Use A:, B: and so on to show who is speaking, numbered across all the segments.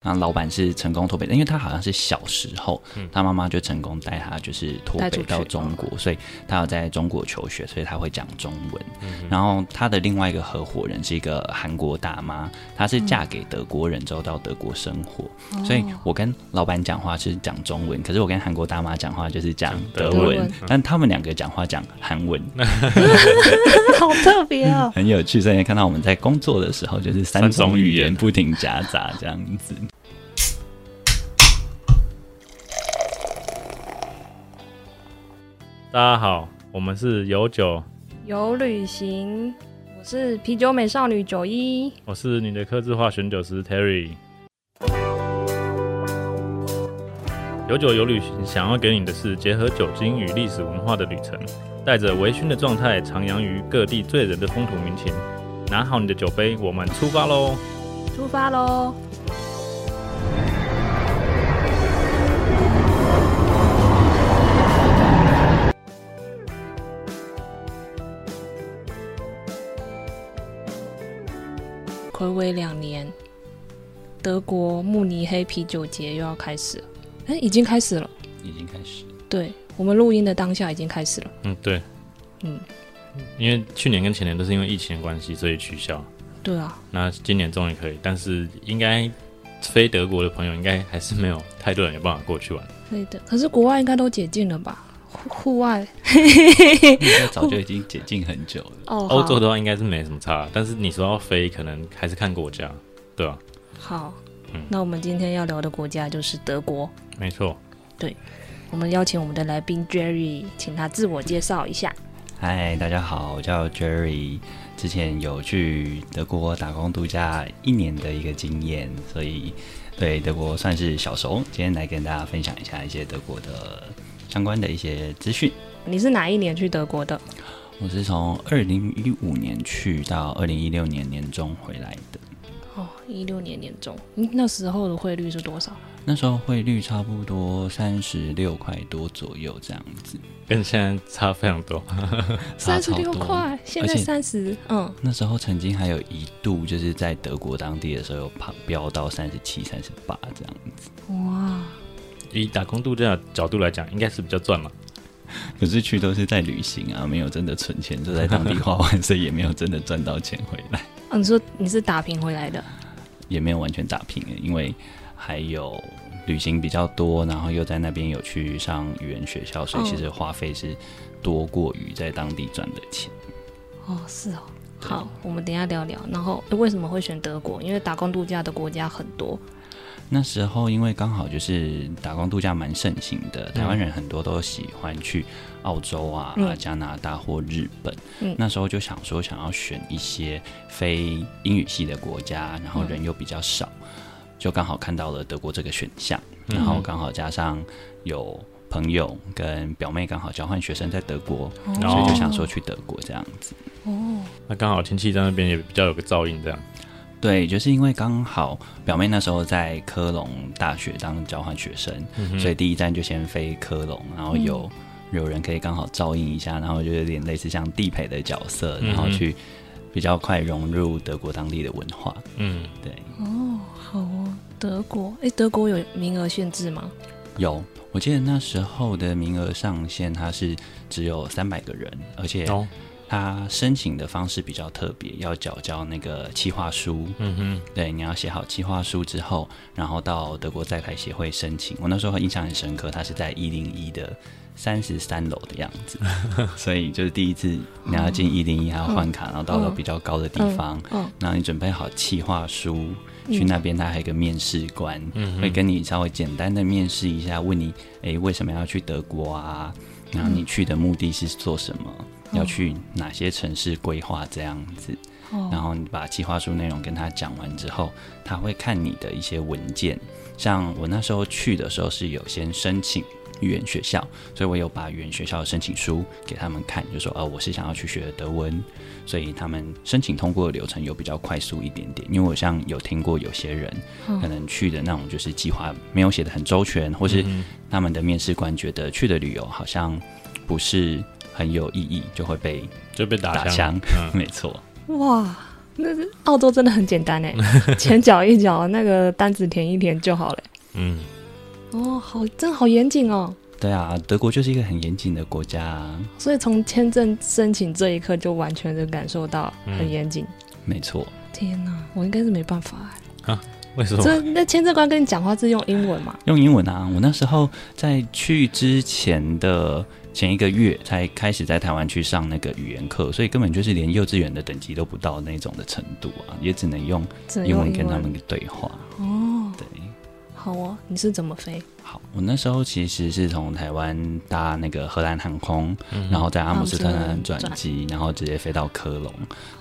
A: 那老板是成功脱北，因为他好像是小时候，他妈妈就成功带他就是脱
B: 带出
A: 北
B: 去嗯
A: 到中国，所以他要在中国求学，所以他会讲中文。然后他的另外一个合伙人是一个韩国大妈，她是
B: 嗯
A: 嫁给德国人之后到德国生活，
B: 哦
A: 所以我跟老板讲话是讲中文，可是我跟韩国大妈讲话就是讲德
B: 德
A: 文嗯
B: 文，
A: 但他们两个讲话讲韩文，
B: 好特别哦。
A: 很有趣。所以你看到我们在工作的时候，就是三
C: 三
A: 种
C: 种语
A: 语言
C: 言
A: 不停夹杂这样子。
C: 大家好，我们是有酒，
B: 有旅行，我是啤酒美少女九一，
C: 我是你的客制化选酒师 Terry。有酒有旅行，想要给你的是结合酒精与历史文化的旅程，带着微醺的状态，徜徉于各地醉人的风土民情。拿好你的酒杯，我们出发喽！
B: 出发喽！暌违两年，德国慕尼黑啤酒节又要开始了，哎、已经开始了。
A: 已经开始，
B: 对我们录音的当下已经开始了。
C: 嗯，对，
B: 嗯，
C: 因为去年跟前年都是因为疫情的关系，所以取消。
B: 对啊，
C: 那今年终于可以，但是应该非德国的朋友应该还是没有太多人有办法过去玩。
B: 对的。可是国外应该都解禁了吧？户户外
A: 应该 早就已经解禁很久了。
B: 哦，
C: 欧洲
B: 的
C: 的话应该是没什么差，但是你说要飞，可能还是看国家，对吧、
B: 好。
C: 嗯
B: 那我们今天要聊的国家就是德国。
C: 没错，
B: 我们邀请我们的来宾 Jerry，请他自我介绍一下。
A: 嗨，大家好，我叫 Jerry，之前有去德国打工度假一年的一个经验，所以对德国算是小熟。今天来跟大家分享一下一些德国的相关的一些资讯。
B: 你是哪一年去德国的？
A: 我是从二零一五年去到二零一六年年中回来的，
B: 哦，一六年年中。嗯，那时候的汇率是多少？
A: 那时候汇率差不多三十六块多左右这样子。
C: 跟现在差非常多。
A: 差
B: 三
A: 超
B: 十六
A: 多
B: 块，现在
A: 而且
B: 三十。嗯，
A: 那时候曾经还有一度就是在德国当地的时候有跑飙到三十七、三十八这样。
B: 哇，
C: 以打工度假的角度来讲，应该是比较赚嘛。
A: 可是去都是在旅行啊，没有真的存钱，就在当地花完，所以也没有真的赚到钱回来，
B: 哦，你说你是打平回来的？
A: 也没有完全打平，因为还有旅行比较多，然后又在那边有去上语言学校，所以
B: 嗯
A: 其实花费是多过于在当地赚的钱。
B: 哦，是哦。
A: 对
B: 好，我们等一下聊聊。然后诶为什么会选德国？因为打工度假的国家很多。
A: 那时候因为刚好就是打工度假蛮盛行的，台湾人很多都喜欢去澳洲啊、
B: 嗯
A: 加拿大或日本。
B: 嗯
A: 那时候就想说想要选一些非英语系的国家，然后
B: 嗯
A: 人又比较少，就刚好看到了德国这个选项，
B: 嗯
A: 然后刚好加上有。朋友跟表妹刚好交换学生在德国，
C: 然
A: 哦所
C: 后
A: 以就想说去德国这样子。
B: 哦，
C: 那刚好亲戚在那边也比较有个照应，这样。
A: 对，就是因为刚好表妹那时候在科隆大学当交换学生，
C: 嗯
A: 所以第一站就先飞科隆，然后有、有人可以刚好照应一下，然后就有点类似像地陪的角色，然后
C: 嗯哼
A: 去比较快融入德国当地的文化。
C: 嗯，
A: 对，
B: 哦，好哦，德国，哎，德国有名额限制吗？
A: 有，我记得那时候的名额上限它是只有三百个人，而且
C: 哦，
A: 它申请的方式比较特别，要缴交那个企划书，
C: 嗯哼，
A: 对，你要写好计划书之后，然后到德国在台协会申请。我那时候印象很深刻，它是在一零一的三十三楼的样子，所以就是第一次你要进一零一，还要换卡，然后到了比较高的地方，
B: 嗯，
A: 然后你准备好计划书，去那边它还有一个面试官，会跟你稍微简单的面试一下，问你诶为什么要去德国啊？然后你去的目的是做什么？要去哪些城市规划这样子？然
B: 哦，
A: 后你把计划书内容跟他讲完之后，他会看你的一些文件。像我那时候去的时候是有先申请语言学校，所以我有把语言学校的申请书给他们看，就说呃我是想要去学德文，所以他们申请通过的流程有比较快速一点点。因为我像有听过有些人可能去的那种就是计划没有写的很周全，或是
C: 嗯
A: 他们的面试官觉得去的旅游好像不是很有意义，就会被
C: 就被打
A: 打
C: 枪。嗯
A: 枪。没错。
B: 哇，那是澳洲真的很简单哎，前脚一脚，那个单子填一填就好了。
C: 嗯，
B: 哦，好，真的好严谨哦。
A: 对啊，德国就是一个很严谨的国家、啊，
B: 所以从签证申请这一刻就完全的感受到很严谨。
A: 没错。
B: 天哪，我应该是没办法哎。
C: 为什么？
B: 这那签证官跟你讲话是用英文嘛？
A: 用英文啊，我那时候在去之前的前一个月才开始在台湾去上那个语言课，所以根本就是连幼稚园的等级都不到那种的程度啊，也只能用
B: 只能
A: 英
B: 用
A: 文跟他们对话。
B: 哦，
A: 对，
B: 好哦，你是怎么飞？
A: 好，我那时候其实是从台湾搭那个荷兰航空，
C: 嗯
A: 然后在阿姆斯
B: 哦
A: 特丹转机，然后直接飞到科隆。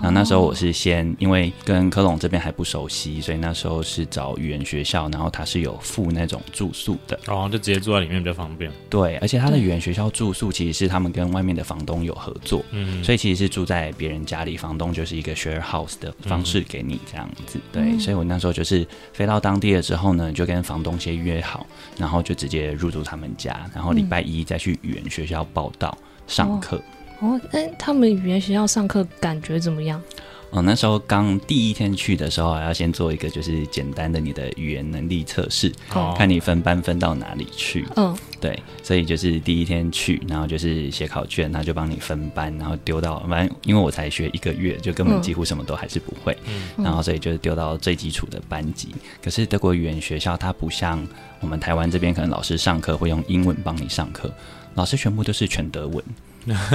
A: 那那时
B: 哦
A: 候我是先因为跟科隆这边还不熟悉，所以那时候是找语言学校，然后它是有附那种住宿的。
C: 哦，就直接住在里面比较方便。
A: 对，而且他的
B: 对
A: 语言学校住宿其实是他们跟外面的房东有合作，
C: 嗯，
A: 所
C: 以
A: 以其实是住在别人家里，房东就是一个 share house 的方式给你这样子。对，
B: 嗯
A: 所以我那时候就是飞到当地了之后呢，就跟房东先约好，然后就直接入住他们家，然后礼拜一再去语言学校报到上课。
B: 嗯哦，哎，他们语言学校上课感觉怎么样？
A: 哦，那时候刚第一天去的时候，啊还要先做一个就是简单的你的语言能力测试，
C: 哦
A: 看你分班分到哪里去。
B: 嗯，
A: 对，所以就是第一天去，然后就是写考卷，他就帮你分班，然后丢到反正因为我才学一个月，就根本
B: 嗯
A: 几乎什么都还是不会，
C: 嗯
A: 然后所以就是丢到最基础的班级。可是德国语言学校它不像我们台湾这边，可能老师上课会用英文帮你上课，老师全部都是全德文。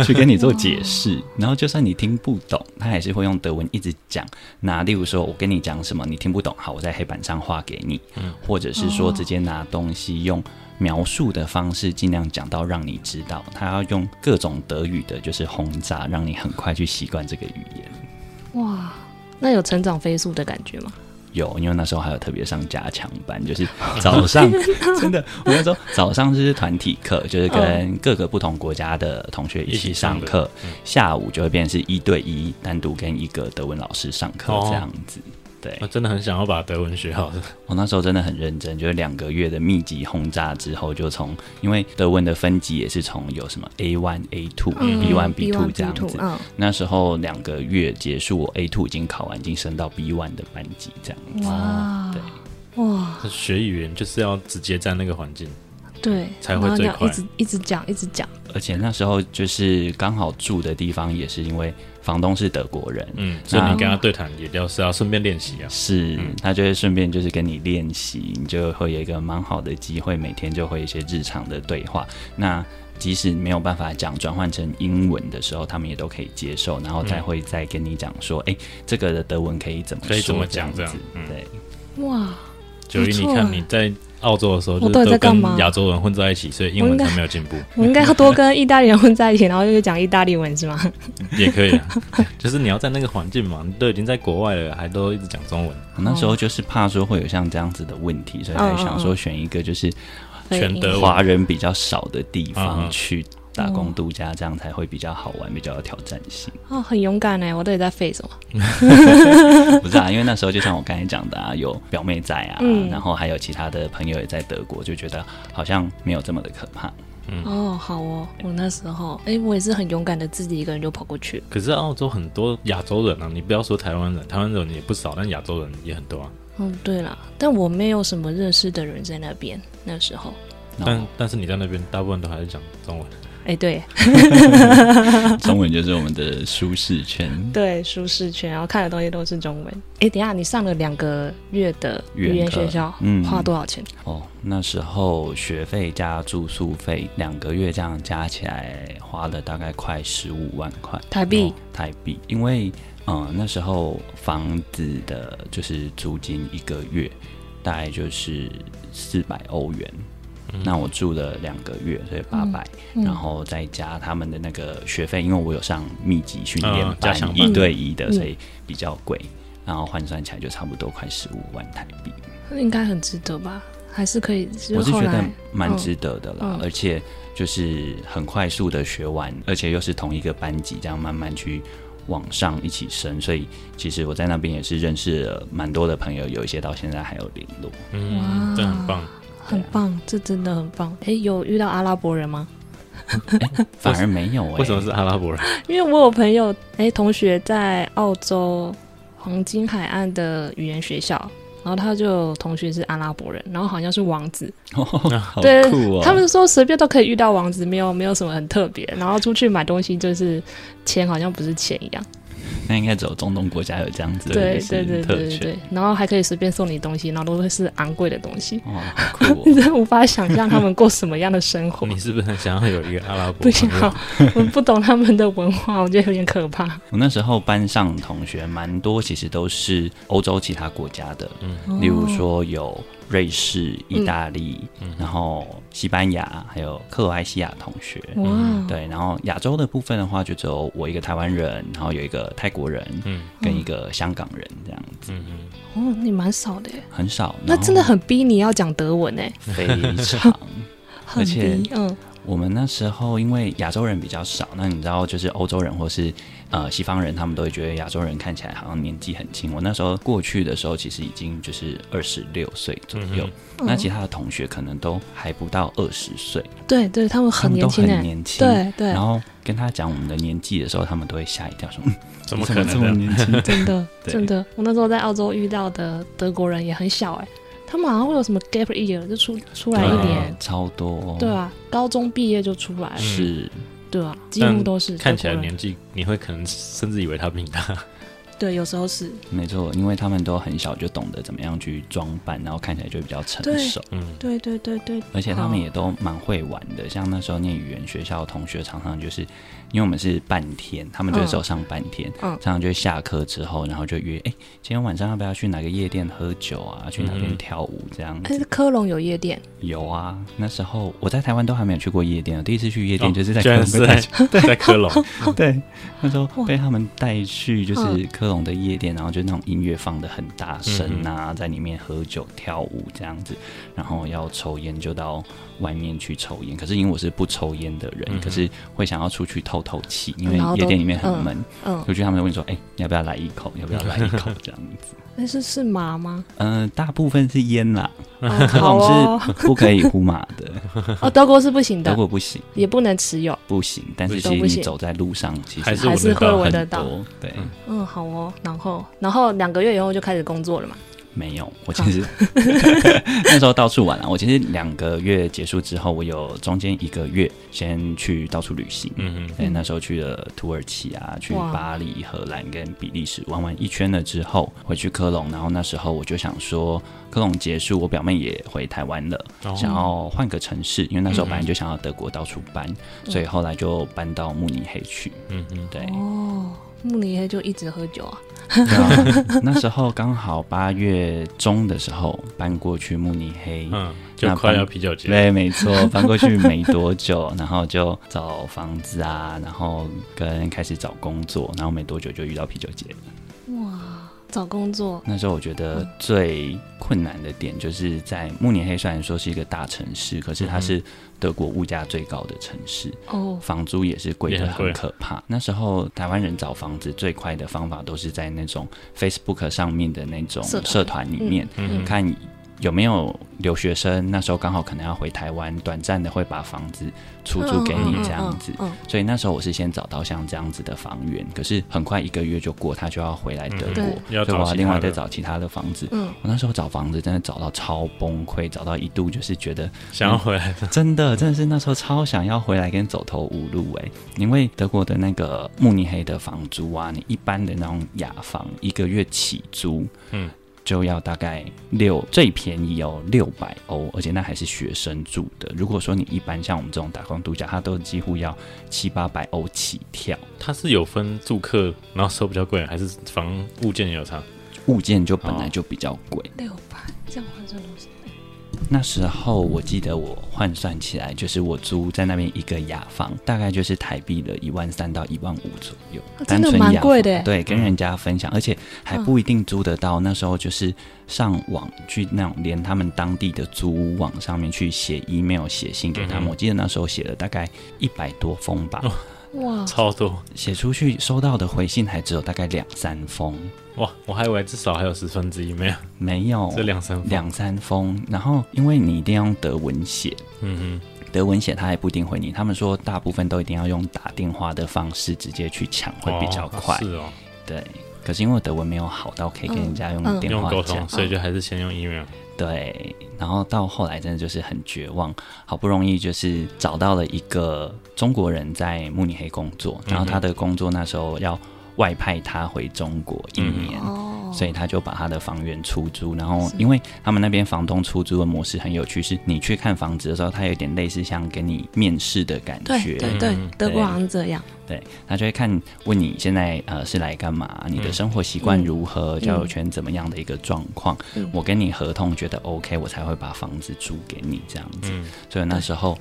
A: 去跟你做解释，然后就算你听不懂，他还是会用德文一直讲。那例如说，我跟你讲什么，你听不懂，好，我在黑板上画给你，或者是说
B: 哦
A: 直接拿东西用描述的方式，尽量讲到让你知道。他要用各种德语的，就是轰炸，让你很快去习惯这个语言。
B: 哇，那有成长飞速的感觉吗？
A: 有，因为那时候还有特别上加强班，就是 早上 真的，我那时候早上就是团体课，就是跟各个不同国家的同学一
C: 一
A: 起
C: 起
A: 上
C: 上的嗯
A: 课，下午就会变成是一对一，单独跟一个德文老师上课
C: 哦
A: 这样子。对，
C: 我真的很想要把德文学好的。
A: 我那时候真的很认真，就是两个月的密集轰炸之后，就从因为德文的分级也是从有什么 A one、A two、B
C: 嗯
A: one、B two 这样子。
B: 嗯，
A: 那时候两个月结束，我 A two 已经考完，已经升到 B one 的班级这样子。
B: 哇，哇，
C: 学语言就是要直接在那个环境。
B: 对，
C: 才会
B: 然后
C: 最
B: 要
C: 快
B: 一直一直讲，一直讲，
A: 而且那时候就是刚好住的地方也是因为房东是德国人，
C: 嗯，所以
A: 那
C: 你跟他对谈也要是要顺便练习啊。
A: 是他就会顺便就是跟你练习，你就会有一个蛮好的机会，每天就会有一些日常的对话。那即使没有办法讲转换成英文的时候，他们也都可以接受，然后再会再跟你讲说，哎、这个的德文可以怎么
C: 嗯可以
A: 说
C: 怎么讲
A: 这样子
C: 这样嗯
A: 对，
B: 哇，
C: 九一，
B: 没
C: 你
B: 错
C: 看你在澳洲的时候，就
B: 我
C: 是
B: 到底
C: 都
B: 在干
C: 跟
B: 嘛
C: 亚洲人混在一起，所以英
B: 我
C: 文
B: 应该
C: 才没有进步，
B: 我应该要多跟意大利人混在一起，然后就讲意大利文是吗？
C: 也可以啊。就是你要在那个环境嘛，你都已经在国外了，还都一直讲中文，
A: 我那时候就是怕说会有像这样子的问题，所以才想说选一个就是
C: 全德文
A: 华人比较少的地
C: 嗯
A: 方
C: 呃嗯
A: 去打工度假，这样才会比较好玩，比较有挑战性。
B: 哦，很勇敢哎，我到底在废什么？
A: 不是啊，因为那时候就像我刚才讲的啊，有表妹在啊，
B: 嗯
A: 然后还有其他的朋友也在德国，就觉得好像没有这么的可 怕。
B: 哦，好哦，我那时候，哎，我也是很勇敢的，自己一个人就跑过去了。
C: 可是澳洲很多亚洲人啊，你不要说台湾人，台湾人也不少，但亚洲人也很多啊。
B: 嗯，对了，但我没有什么认识的人在那边，那时候，
C: 但但是你在那边，大部分都还是讲中文。
B: 哎，对
A: 中文就是我们的舒适 圈，
B: 对，舒适圈，然后看的东西都是中文。哎，等一下，你上了两个月的
A: 语言
B: 语言
A: 课
B: 学校，
A: 嗯
B: 花多少钱？
A: 哦，那时候学费加住宿费两个月这样加起来花了大概快十五万块
B: 台币
A: 哦台币，因为嗯、呃那时候房子的就是租金一个月大概就是四百欧元。
C: 嗯
A: 那我住了两个月，所以八百、
B: 嗯
A: 然后再加他们的那个学费，因为我有上密集训练
C: 嗯加
A: 班、
C: 强班
A: 一对一的，
B: 嗯
A: 所以比较贵，然后换算起来就差不多快十五万台币。
B: 应该很值得吧？还是可以，就
A: 我是
B: 后
A: 觉得
B: 来
A: 蛮值得的啦，
B: 嗯嗯
A: 而且就是很快速的学完，而且又是同一个班级，这样慢慢去往上一起升，所以其实我在那边也是认识了蛮多的朋友，有一些到现在还有联络。
C: 嗯，
B: 哇
C: 这很棒。
B: 很棒，这真的很棒。哎，有遇到阿拉伯人吗？
A: 反 而没有哎、
C: 为什么是阿拉伯人？
B: 因为我有朋友，哎，同学在澳洲，黄金海岸的语言学校，然后他就有同学是阿拉伯人，然后好像是王子，
A: 好
B: 对
A: 酷哦！
B: 他们说随便都可以遇到王子，没有没有什么很特别。然后出去买东西就是钱好像不是钱一样，
A: 那应该只有中东国家有这样子的
B: 对
A: 就是
B: 对对
A: 特
B: 对对
A: 权
B: 对，然后还可以随便送你东西，然后都会是昂贵的东西，
A: 哦，好酷
B: 你
A: 哦！
B: 真的无法想象他们过什么样的生活。
C: 你是不是很想要有一个阿拉伯
B: 不
C: 朋
B: 想
C: 友？，
B: 我不懂他们的文化，我觉得有点可怕。
A: 我那时候班上同学蛮多，其实都是欧洲其他国家的，
C: 嗯
A: 例如
B: 哦
A: 说有瑞士、意大利，
C: 嗯
A: 然后西班牙，还有克罗埃西亚同学。
B: 哇，
A: 对，然后亚洲的部分的话，就只有我一个台湾人，然后有一个泰国人
C: 嗯
A: 跟一个香港人这样子，
C: 嗯嗯，
B: 哦，你蛮少的耶，
A: 很少。
B: 那真的很逼你要讲德文哎，
A: 然后非常。
B: 很
A: 而
B: 逼
A: 且，
B: 嗯
A: 我们那时候因为亚洲人比较少，那你知道，就是欧洲人或是呃西方人，他们都会觉得亚洲人看起来好像年纪很轻。我那时候过去的时候，其实已经就是二十六岁左右，
B: 嗯
A: 那其他的同学可能都还不到二十岁，
B: 对对，他们
A: 他
B: 很
A: 们
B: 年
A: 都
B: 轻
A: 很
B: 哎，
A: 年轻。
B: 对对
A: 然，后跟他讲我们的年纪的时候，他们都会吓一跳，说嗯
C: 怎
A: 你
C: 么
A: 怎
C: 可
A: 么
C: 能
A: 这么
C: 呢？
A: 年 轻？
B: 真的
A: 对
B: 真的，我那时候在澳洲遇到的德国人也很小哎，他们好像会有什么 gap year 就出出来一年
A: 对，，啊嗯超多。
B: 对，啊，高中毕业就出来了，
A: 是
B: 对啊，几乎都是
C: 看起来
B: 德国人
C: 年纪，你会可能甚至以为他比你大。
B: 对，有时候是
A: 没错，因为他们都很小就懂得怎么样去装扮，然后看起来就比较成
B: 对
A: 熟。
C: 嗯，
B: 对对对对，
A: 而且他们
B: 哦
A: 也都蛮会玩的，像那时候念语言学校的同学，常常就是因为我们是半天，他们就
B: 嗯
A: 是只有上半天，
B: 嗯
A: 常常就下课之后，然后就约，哎、今天晚上要不要去哪个夜店喝酒啊？去哪边
C: 嗯
A: 跳舞这样
B: 但
A: 子？
B: 是哎科隆有夜店，
A: 有啊，那时候我在台湾都还没有去过夜店，第一次去夜店
C: 哦
A: 就是在
C: 居
A: 科隆
C: 然
A: 被
C: 是
A: 带
C: 在在科隆，
A: 去，对，那时候
B: 哇
A: 被他们带去就是
B: 嗯
A: 科隆的夜店，然后就那种音乐放的很大
C: 嗯
A: 声啊，在里面喝酒跳舞这样子，然后要抽烟就到外面去抽烟。可是因为我是不抽烟的人，
C: 嗯哼
A: 可是会想要出去透透气，因为
B: 然后都
A: 夜店里面很闷，
B: 嗯，
A: 就去他们就问你说，哎、你要不要来一口？要不要来一 口？这样子。
B: 但是是麻吗？
A: 嗯、大部分是烟啦，
B: 哦
A: 科
B: 好
A: 隆
B: 哦，
A: 是不可以呼麻的，
B: 哦，德国是不行
A: 德
B: 的，
A: 国不行。
B: 也不能持有。
A: 不行，但是
B: 都
A: 其实
B: 不行
A: 你走在路上，其实
C: 还是
B: 还是
C: 闻得
B: 会
C: 到
B: 闻
A: 很
B: 得到。
A: 多。对，
C: 嗯
B: 嗯，好哦。然后，然后两个月以后就开始工作了嘛。
A: 没有，我其 实那时候到处玩啊了、我其实两个月结束之后，我有中间一个月先去到处旅行。
C: 嗯嗯
A: 对，那时候去了土耳其啊，去
B: 哇
A: 巴黎、荷兰跟比利时玩完一圈了之后，回去科隆。然后那时候我就想说，科隆结束，我表妹也回台湾了，
C: 哦
A: 想要换个城市，因为那时候本来就想要德国到处搬，所以后来就搬到慕尼黑去。
C: 嗯嗯，
A: 对，
B: 哦，慕尼黑就一直喝酒啊。
A: 对啊，那时候刚好八月中的时候搬过去慕尼黑，
C: 嗯，就快要啤酒节，
A: 对，没错，搬过去没多久，然后就找房子啊，然后跟开始找工作，然后没多久就遇到啤酒节。
B: 哇，找工作，
A: 那时候我觉得最困难的点就是在慕尼黑，虽然说是一个大城市，可是它是德国物价最高的城市，
B: 哦，
A: 房租也是贵
C: 也
A: 得
C: 很贵
A: 很可怕。那时候台湾人找房子最快的方法都是在那种 Facebook 上面的那种
B: 社团
A: 社团里面，
C: 嗯
A: 看有没有留学生。那时候刚好可能要回台湾，短暂的会把房子出租给你
B: 嗯嗯嗯
A: 这样子。
B: 嗯，
A: 所以那时候我是先找到像这样子的房源，可是很快一个月就过，他就要回来德
C: 嗯
A: 国，
C: 对要
A: 所以
C: 找
A: 我要
C: 其
A: 另
C: 他
A: 外
C: 的
A: 再找其他的房子。
B: 嗯
A: 我那时候找房子真的找到超崩溃，找到一度就是觉得
C: 想要回来，
A: 真的，真的是那时候超想要回来跟走投无路哎、因为德国的那个慕尼黑的房租啊，你一般的那种雅房一个月起租，
C: 嗯
A: 嗯，就要大概六最便宜哦六百欧，而且那还是学生住的。如果说你一般像我们这种打工度假，它都几乎要七八百欧起跳，
C: 它是有分住客，然后收比较贵，还是房物件也有差？
A: 物件就本来就比较贵。
B: 六百，这样换算多少？
A: 那时候我记得我换算起来，就是我租在那边一个雅房，大概就是台币的一万三到一万五左右，
B: 啊真
A: 单
B: 的
A: 纯
B: 蛮
A: 雅房
B: 贵的
C: 欸
B: 耶
A: 对，跟人家分享，而且还
C: 嗯
A: 不一定租得到。那时候就是上网去那种连他们当地的租屋网上面去写 email 写信给他们，
C: 嗯哼哦
A: 我记得那时候写了大概一百多封吧，
B: 哇，
C: 超多
A: 写出去收到的回信还只有大概两三封，
C: 哇！我还以为至少还有十分之一没有，
A: 没有
C: 这两三房，
A: 哦两三封。然后因为你一定要用德文写，
C: 嗯
A: 德文写他也不一定回你，他们说大部分都一定要用打电话的方式直接去抢
C: 嗯，
A: 会比较快。
C: 哦是哦，
A: 对，可是因为我德文没有好到可以跟人家
B: 嗯
A: 用
B: 嗯
A: 电
C: 用
A: 话
C: 沟
A: 讲，
C: 通，所以就还是先用 email。
A: 对，然后到后来真的就是很绝望，好不容易就是找到了一个中国人在慕尼黑工作，然
C: 嗯
A: 后他的工作那时候要外派他回中国一
C: 嗯哼
A: 年。
B: 哦，
A: 所以他就把他的房源出租，然后因为他们那边房东出租的模式很有趣，是你去看房子的时候，他有点类似像给你面试的感觉，
B: 对对对
C: 嗯，
B: 德国好像这样，
A: 对他就会看问你现在呃是来干嘛，你的生活习惯如何，交友圈怎么样的一个状况，
B: 嗯
A: 我跟你合同觉得 OK，我才会把房子租给你这样子。
C: 嗯
A: 所以那时候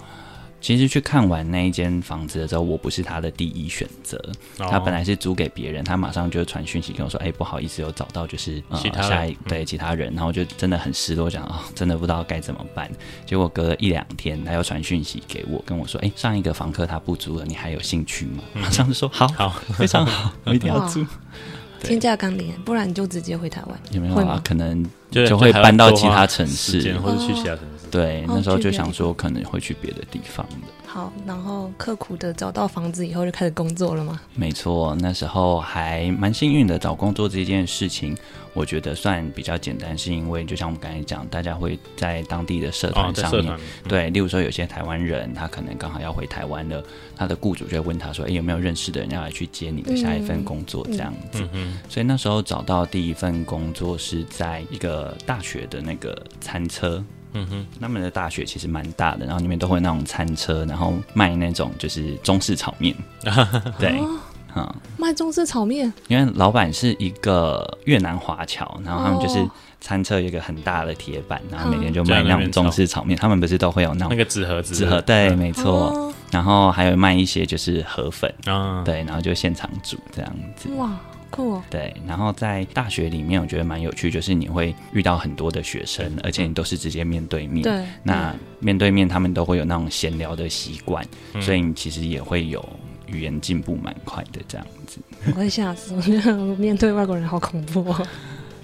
A: 其实去看完那一间房子的时候，我不是他的第一选择，
C: 哦
A: 他本来是租给别人，他马上就传讯息跟我说：“哎、不好意思，有找到就是、呃、
C: 其他人
A: 下一
C: 嗯
A: 对其他人。”然后我就真的很失落，讲啊、真的不知道该怎么办。结果隔了一两天，他又传讯息给我，跟我说：“哎、上一个房客他不租了，你还有兴趣吗？”
C: 嗯
A: 马上就说：“ 好，
C: 哦好，
A: 非常 好，我一定要
B: 哇
A: 租。对
B: 天价杠铃，不然你就直接回台湾”，
A: 有没有
B: 会
A: 啊
B: 吗？
A: 可能
C: 就
A: 就会搬到其他
C: 还要多花
A: 城市
C: 时间或者去其他城市。
A: 对，
B: 哦
A: 那时候
B: 去
A: 就
B: 别的
A: 想
B: 地
A: 说可能会去别的地方的。
B: 好，然后刻苦的找到房子以后就开始工作了吗？
A: 没错，那时候还蛮幸运的，找工作这件事情，我觉得算比较简单，是因为就像我们刚才讲，大家会在当地的社
C: 哦，
A: 团
C: 在
A: 上
C: 社
A: 面。
C: 团，嗯，
A: 对，例如说有些台湾人，他可能刚好要回台湾了，他的雇主就会问他说：“哎诶，有没有认识的人要来去接你的下一份工作？”这样子，
C: 嗯哼，
A: 所以那时候找到第一份工作是在一个大学的那个餐车，
C: 嗯哼，
A: 他们的大学其实蛮大的，然后里面都会那种餐车，然后卖那种就是中式炒 面，对，
C: 哦
A: 嗯。
B: 卖中式炒面，
A: 因为老板是一个越南华侨，然后他们就是
B: 哦
A: 餐车有一个很大的铁板，然后每天就
C: 嗯
A: 卖
C: 在
A: 那
C: 那
A: 种
C: 边
A: 中式炒面，他们不是都会有那
C: 那
A: 种
C: 个纸盒子，
A: 纸盒？对，嗯没错。
B: 哦，
A: 然后还有卖一些就是河粉，
C: 啊，
A: 对，然后就现场煮这样子。
B: 哇，酷哦，
A: 对，然后在大学里面，我觉得蛮有趣，就是你会遇到很多的学生，而且你都是直接面对面。
B: 对，
A: 嗯那面对面，他们都会有那种闲聊的习惯，
C: 嗯
A: 所以你其实也会有语言进步蛮快的这样子。
B: 嗯我会吓死，我觉得我面对外国人好恐怖 哦。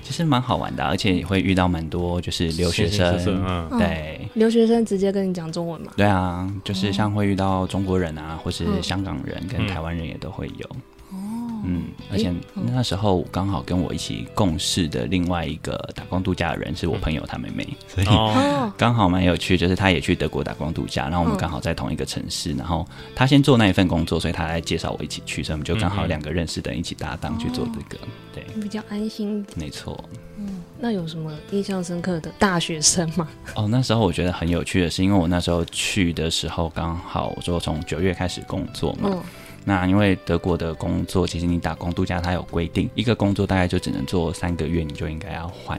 A: 其实蛮好玩的啊、而且也会遇到蛮多就是留学
C: 形形
A: 生，
C: 色色嗯，
A: 对。
B: 哦留学生直接跟你讲中文嘛？
A: 对啊，就是像会遇到中国人啊，或是香港人跟
C: 嗯
A: 台湾人也都会有。
B: 哦，
A: 嗯，而且那时候刚好跟我一起共事的另外一个打工度假的人是我朋友他妹妹，所以
C: 哦，
B: 哦，
A: 刚好蛮有趣，就是他也去德国打工度假，然后我们
B: 嗯
A: 刚好在同一个城市，然后他先做那一份工作，所以他来介绍我一起去，所以我们就刚好
C: 嗯嗯
A: 两个认识的人一起搭档去做这个。对，
B: 比较安心。
A: 没错。
B: 那有什么印象深刻的大学生吗？
A: 哦，那时候我觉得很有趣的是，因为我那时候去的时候刚好我说从九月开始工作嘛，
B: 嗯，
A: 那因为德国的工作其实你打工度假它有规定，一个工作大概就只能做三个月，你就应该要换。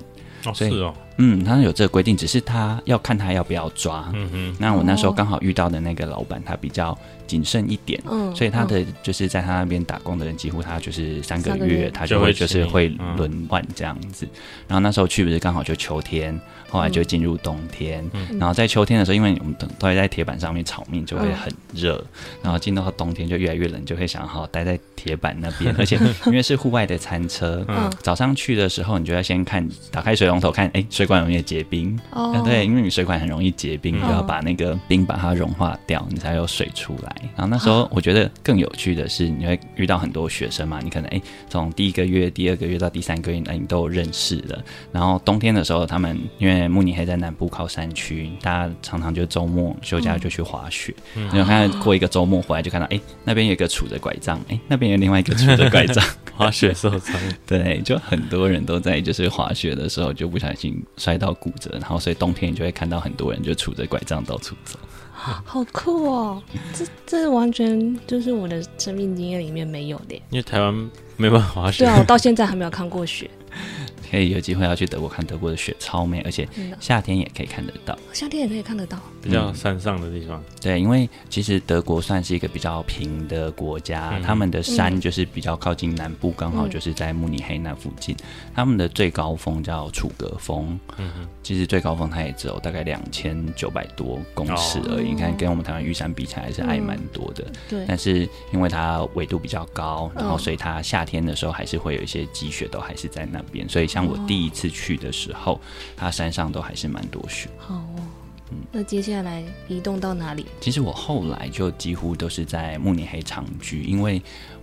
C: 哦
A: 所
C: 是
A: 以
C: 哦，
A: 嗯，它有这个规定，只是他要看他要不要抓。
C: 嗯哼，
A: 那我那时候
B: 哦
A: 刚好遇到的那个老板，他比较谨慎一点，
B: 嗯，
A: 所以他的就是在他那边打工的人，几乎他就是三个
B: 三个
A: 月，
B: 月
A: 他就会就
C: 就会请
A: 是
C: 你
A: 会
C: 嗯
A: 轮换这样子。然后那时候去不是刚好就秋天，后来就
B: 嗯
A: 进入冬天。
C: 嗯
A: 然后在秋天的时候，因为我们都都会在铁板上面炒面，就
B: 嗯
A: 会很热。然后进到冬天就越来越冷，就会想好好待在铁板那边。而且因为是户外的餐车，
B: 嗯
A: 早上去的时候，你就要先看打开水龙头看，哎、水管有没有结冰。
B: 哦
A: 啊，，对，，因为你水管很容易结冰，
C: 嗯
A: 你就要把那个冰把它融化掉，你才有水出来。然后那时候我觉得更有趣的是，你会遇到很多学生嘛，你可能哎，从第一个月、第二个月到第三个月，哎，你都有认识了。然后冬天的时候，他们因为慕尼黑在南部靠山区，大家常常就周末休假就去滑雪。然后看到过一个周末回来，就看到哎，那边有一个杵着拐杖，哎，那边有另外一个杵着拐杖。
C: 滑雪受伤，
A: 对，就很多人都在就是滑雪的时候就不小心摔到骨折，然后所以冬天你就会看到很多人就杵着拐杖到处走。
B: 好酷哦，这这完全就是我的生命经验里面没有的耶。
C: 因为台湾没办法滑雪
B: 对，啊，我到现在还没有看过 雪，
A: 可以有机会要去德国看德国的雪超美，而且
B: 真的，
A: 夏天也可以看得到。
B: 夏天也可以看得到。
C: 比
A: 嗯
C: 较山上的地方，
A: 对，因为其实德国算是一个比较平的国家，
C: 嗯
A: 他们的山就是比较靠近南部，刚好就是在慕尼黑那附近。他们的最高峰叫楚格峰，
C: 嗯哼，
A: 其实最高峰它也只有大概两千九百多公尺
B: 哦
A: 而已。你看，跟我们台湾玉山比起来，还是矮蛮多的。
B: 对，
A: 但是因为它纬度比较高，然后
B: 嗯
A: 所以它夏天的时候还是会有一些积雪，都还是在那边。所以像我第一次去的时候，它山上都还是蛮多雪。
B: 好哦。
A: 嗯
B: 那接下来移动到哪里？
A: 其实我后来就几乎都是在慕尼黑长居，因为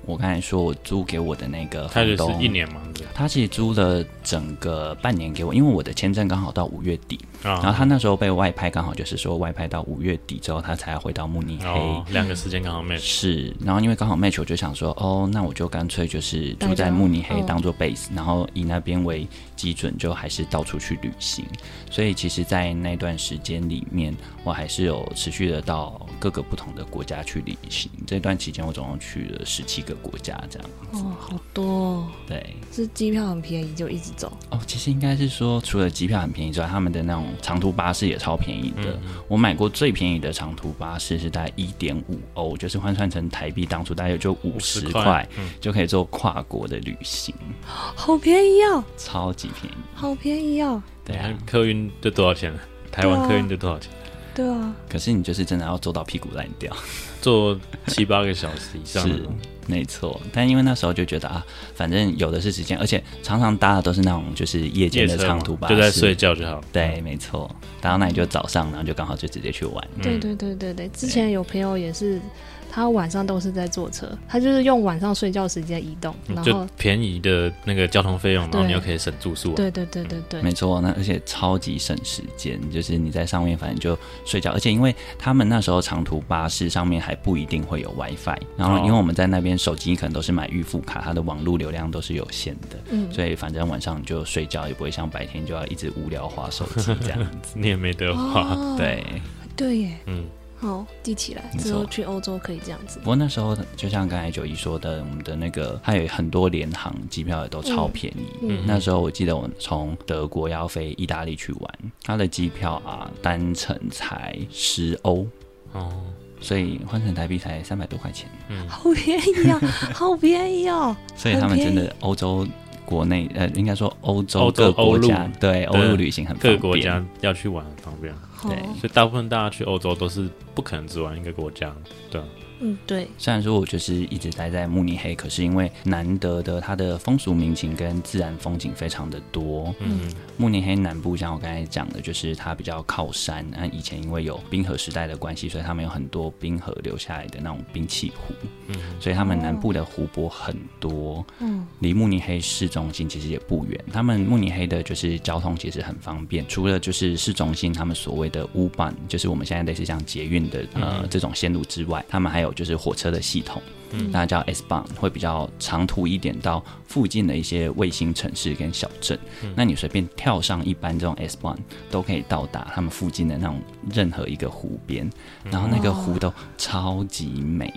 A: 我刚才说我租给我的那个
C: 他
A: 房
C: 也
A: 东
C: 是一年嘛，对不
A: 他其实租了整个半年给我，因为我的签证刚好到五月底，
C: 对啊，
A: 然后他那时候被外派，刚好就是说外派到五月底之后，他才回到慕尼黑。
C: 哦，两个时间刚好
A: 嗯
C: match，
A: 是，然后因为刚好 match，我就想说，哦，那我就干脆就是住
B: 大
A: 在
B: 家
A: 慕尼黑
B: 嗯
A: 当做 base，、然后以那边为基准，就还是到处去旅行。所以其实，在那段时间里面，我还是有持续的到各个不同的国家去旅行。这段期间，我总共去了十七个国家，这样。
B: 哦，好多、哦，
A: 对，
B: 是机票很便宜就一直走，
A: 哦，其实应该是说，除了机票很便宜之外，他们的那种长途巴士也超便宜的。我买过最便宜的长途巴士是大概一点五欧，就是换算成台币，当初大概也就五十
C: 50
A: 块，
C: 嗯
A: 就可以做跨国的旅行，
B: 好便宜哦，
A: 超级便宜。
B: 好便宜哦，
A: 对啊
C: 你，看客运就多少钱了？台
B: 对
C: 湾
B: 啊
C: 客运就多少钱？
B: 对啊，
A: 可是你就是真的要坐到屁股烂掉，
C: 坐七八个小时以上的
A: 是。没错。但因为那时候就觉得啊，反正有的是时间，而且常常搭的都是那种就是夜间
C: 夜
A: 的
C: 车嘛
A: 长途巴士，
C: 就在睡。觉就好。
A: 对，没错，搭到那里就早上，然后就刚好就直接去玩。
C: 嗯，
B: 对对对对对，之前有朋友也是，他晚上都是在坐车，他就是用晚上睡觉时间移动，
C: 嗯
B: 然
C: 就
B: 后
C: 便宜的那个交通费用，然后
B: 对
C: 你又可以省住宿啊。
B: 对对对对对，
A: 没错，那而且超级省时间，就是你在上面反正就睡觉，而且因为他们那时候长途巴士上面还不一定会有 WiFi，然
C: 哦
A: 后因为我们在那边手机可能都是买预付卡，它的网络流量都是有限的，
B: 嗯，
A: 所以反正晚上你就睡觉，也不会像白天就要一直无聊划手机 这样
B: 嗯
A: 子。
C: 你也没得花。
B: 哦，
A: 对，
B: 对耶，
C: 嗯，
B: 好记起来，
A: 没错
B: 之后去欧洲可以这样子
A: 不，过那时候就像刚才九一说的，我们的那个还有很多联航机票也都超便宜。
B: 嗯
A: 那时候我记得我从德国要飞意大利去玩，它的机票啊单程才十欧，
C: 哦，嗯
A: 所以换成台币才三百多块钱。
B: 好便 宜哦，好便宜哦，
A: 所以他们
B: 很便
A: 真
B: 宜
A: 的欧洲国内呃，应该说欧洲
C: 欧洲
A: 各国
C: 欧
A: 家
C: 陆
A: 对欧陆旅行很方
C: 各
A: 便。
C: 个国家要去玩很方便，
B: 好，
A: 对
C: 所以大部分大家去欧洲都是不可能只玩一个国家。对啊，
B: 嗯，对，
A: 虽然说我就是一直待在慕尼黑，可是因为难得的它的风俗民情跟自然风景非常的多，
C: 嗯，
A: 慕尼黑南部，像我刚才讲的，就是它比较靠山。那以前因为有冰河时代的关系，所以他们有很多冰河留下来的那种冰气湖，
C: 嗯
A: 所以他们南部的湖泊很多，
B: 嗯，
A: 离慕尼黑市中心其实也不远。他们慕尼黑的就是交通其实很方便，除了就是市中心他们所谓的 U 版，就是我们现在类似像捷运的呃、
C: 嗯
A: 这种线路之外，他们还有就是火车的系统。
C: 嗯
A: 那叫 S 棒，会比较长途一点，到附近的一些卫星城市跟小镇。那你随便跳上一班这种 S 棒，都可以到达他们附近的那种任何一个湖边，
C: 嗯
A: 然后那个湖都超级美。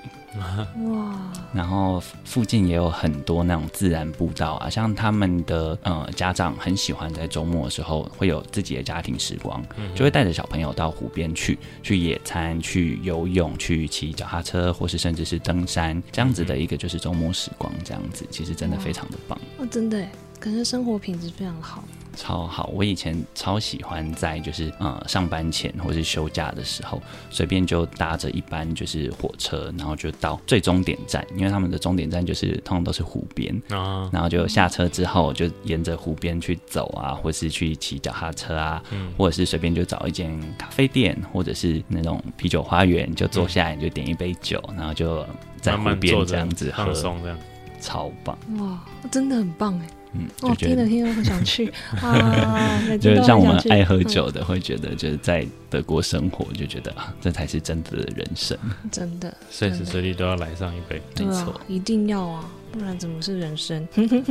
B: 哇，
A: 然后附近也有很多那种自然步道啊，像他们的呃家长很喜欢在周末的时候会有自己的家庭时光，就会带着小朋友到湖边去去野餐、去游泳、去骑脚踏车，或是甚至是登山这样子的一个就是周末时光，这样子其实真的非常的棒，
B: 哦，真的耶，感觉生活品质非常好，
A: 超好。我以前超喜欢在就是呃上班前或是休假的时候，随便就搭着一班就是火车，然后就到最终点站，因为他们的终点站就是通常都是湖边。
C: 啊，
A: 然后就下车之后就沿着湖边去走啊，或是去骑脚踏车啊，
C: 嗯
A: 或者是随便就找一间咖啡店，或者是那种啤酒花园，就坐下来你就点一杯酒，然后就在
C: 嗯慢
A: 湖
C: 慢
A: 边
C: 坐
A: 这
C: 着
A: 样子喝
C: 放，松这样。
A: 超棒，
B: 哇，真的很棒哎，
A: 嗯，
B: 哦，
A: 就觉
B: 听着
A: 得。
B: 听着很想 去啊，每
A: 就
B: 次
A: 是
B: 都
A: 像
B: 很
A: 我们哎
B: 想去嗯
A: 爱喝酒的，会觉得就是在德国生活，就觉得啊，这才是真的人生，
B: 嗯真的，
C: 随时随地都要来上一杯。
A: 没
B: 对
A: 错
B: 啊。，一定要啊，不然怎么是人生？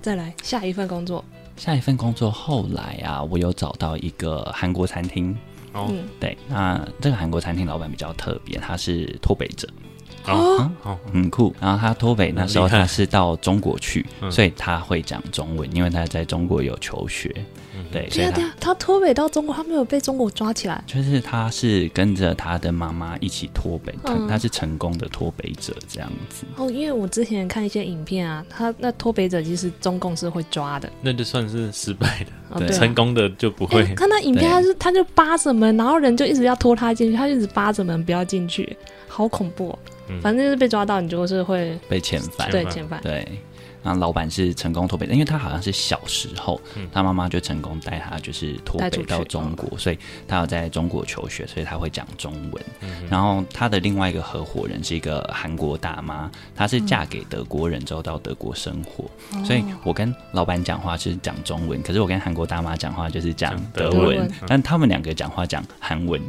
B: 再来下一份工作，
A: 下一份工作后来啊，我有找到一个韩国餐厅，
C: 哦
B: 嗯，
A: 对，那这个韩国餐厅老板比较特别，他是脱北者，
C: 哦哦，
A: 很酷。然后他脱北那时候
C: 很厉害
A: 他是到中国去，
C: 嗯
A: 所以他会讲中文，因为他在中国有求学，
C: 嗯
A: 对，所
B: 对
A: 以
B: 啊
A: 他
B: 对啊，他脱北到中国，他没有被中国抓起来，
A: 就是他是跟着他的妈妈一起脱北，他
B: 嗯
A: 他是成功的脱北者这样子。
B: 哦，因为我之前看一些影片啊，他那脱北者其实中共是会抓的，
C: 那就算是失败的，
B: 哦、
A: 对
B: 对啊
C: 成功的就不
B: 哎
C: 会
B: 我。看到影
A: 对
B: 片，他是他就扒着门，然后人就一直要拖他进去，他就一直扒着门不要进去，好恐怖、哦！
C: 嗯
B: 反正就是被抓到，你就是会
A: 被遣返
C: 遣。
B: 对
C: 返
B: 遣返。
A: 对，那老板是成功脱北，因为他好像是小时候，
C: 嗯
A: 他妈妈就成功带他就是脱
B: 带出
A: 北
B: 去嗯
A: 到中国，所以他有在中国求学，所以他会讲中文。
C: 嗯
A: 然后他的另外一个合伙人是一个韩国大妈，她是嫁给德国人之后到德国生活，
B: 嗯
A: 所以我跟老板讲话是讲中文，可是我跟韩国大妈讲话就是讲
C: 讲
A: 德
C: 德
A: 文，
B: 文
A: 但他们两个讲话讲韩文，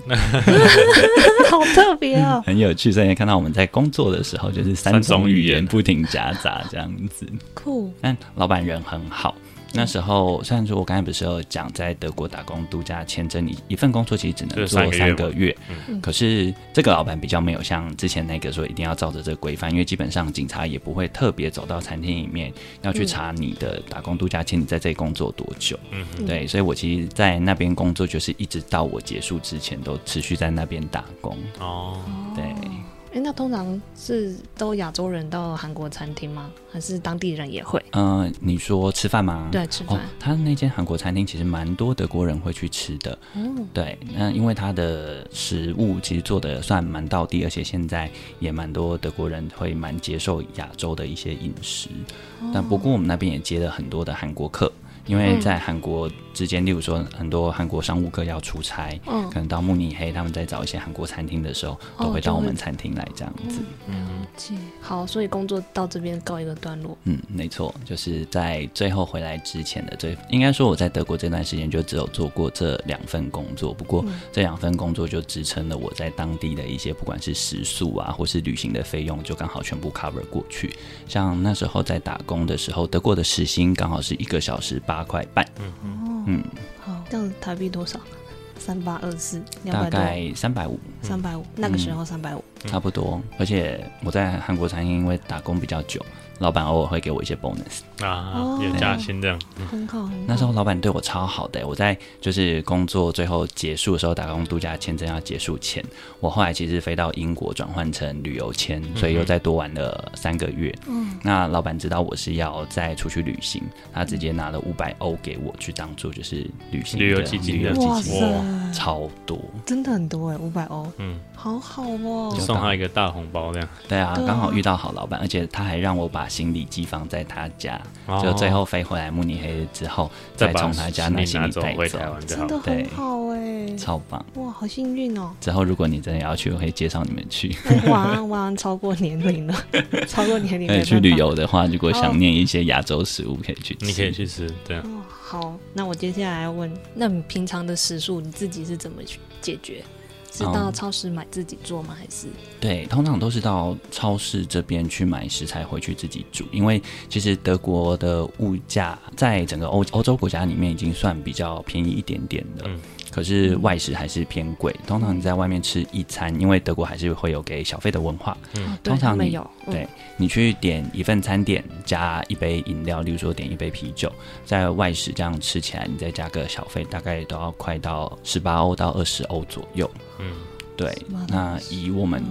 B: 好特别哦。
A: 很有趣。所以看到我们在工作的时候，就是三
C: 三
A: 种
C: 种
A: 语
C: 语
A: 言
C: 言
A: 不停夹杂这样子。
B: 酷，
A: 但老板人很好。那时候虽然说我刚才不是有讲，在德国打工度假签证，你一份工作其实只能
C: 就是
A: 做
C: 三个月
A: 三
C: 嘛
A: 个月，
B: 嗯
A: 可是这个老板比较没有像之前那个说一定要照着这个规范，因为基本上警察也不会特别走到餐厅里面要去
B: 嗯
A: 查你的打工度假签，你在这里工作多久。
C: 嗯
B: 嗯
A: 对，所以我其实，在那边工作就是一直到我结束之前都持续在那边打工。
C: 哼，哦，
A: 对，
B: 哎，那通常是都亚洲人到韩国餐厅吗？还是当地人也会？
A: 嗯、你说吃饭吗？
B: 对，吃
A: 哦
B: 饭。，
A: 他那间韩国餐厅其实蛮多德国人会去吃的。
B: 哦，
A: 对，那因为它的食物其实做的算蛮到地，而且现在也蛮多德国人会蛮接受亚洲的一些饮食。但不过我们那边也接了很多的韩国客，因为
B: 哦嗯
A: 在韩国之间，例如说很多韩国商务客要出差，
B: 嗯
A: 可能到慕尼黑，他们在找一些韩国餐厅的时候，
B: 哦
A: 都会
B: 就
A: 到我
B: 会
A: 们餐厅来这样子。
C: 嗯
B: 是好，所以工作到这边告一个段落。
A: 嗯，没错，就是在最后回来之前的最，应该说我在德国这段时间就只有做过这两份工作，不过
B: 嗯
A: 这两份工作就支撑了我在当地的一些不管是食宿啊，或是旅行的费用，就刚好全部 cover 过去。像那时候在打工的时候，德国的时薪刚好是一个小时八块半，嗯
B: 嗯好，这样台币多少？三八二四，两
A: 大
B: 百多，嗯
A: 概嗯三百五，
B: 三百五。那个时候三百五，
A: 差不多。而且我在韩国餐厅因为打工比较久，老板偶尔会给我一些 bonus。
C: 哼，啊
B: 哦，
C: 有加薪这样，
B: 很好，很好
A: 嗯那时候老板对我超好的欸、我在就是工作最后结束的时候，打工度假签证要结束前，我后来其实飞到英国转换成旅游签，
C: 嗯
A: 所以又再多玩了三个月。嗯，那老板知道我是要再出去旅行，他直接拿了五百欧给我去当做就是旅行的
C: 旅游基金
A: 旅游
C: 的
A: 基
B: 哇
A: 金
B: 塞，
A: 超多。
B: 真的很多哎，五百欧，
C: 嗯，
B: 好好哦
A: 就。
C: 送他一个大红包这样，
A: 对啊，
B: 对啊
A: 刚好遇到好老板，而且他还让我把行李寄放在他家，
C: 哦
A: 就最后飞回来慕尼黑之后，
C: 再
A: 再
C: 把
A: 从他家拿行
C: 拿
A: 李
C: 走
A: 带
C: 回
A: 走
C: 台，湾就好
B: 真的
C: 了。
A: 对
B: 很好哎，
A: 超棒。
B: 哇，好幸运哦！
A: 之后如果你真的要去，我可以介绍你们 去。
B: 哎晚安，晚安，超过年龄了， 超过年龄
A: 而
B: 没
A: 且去
B: 办法
A: 旅游的话，如果想念一些亚洲食物，可以去吃。
C: 你可以去吃，对啊，
B: 哦。好，那我接下来要问，那你平常的时数你自己是怎么去解决？是到
A: 哦
B: 超市买自己做吗？还是
A: 对，通常都是到超市这边去买食材回去自己煮，因为其实德国的物价在整个欧欧洲国家里面已经算比较便宜一点点的。
C: 嗯
A: 可是外食还是偏贵，通常你在外面吃一餐，因为德国还是会有给小费的文化，
B: 哦
A: 通
B: 对，
A: 常
B: 他们
A: 你
B: 有，嗯
A: 对你去点一份餐点加一杯饮料，例如说点一杯啤酒，在外食这样吃起来，你再加个小费，大概都要快到十八欧到二十欧左右。
C: 嗯，
A: 对
B: 18，
A: 那以我们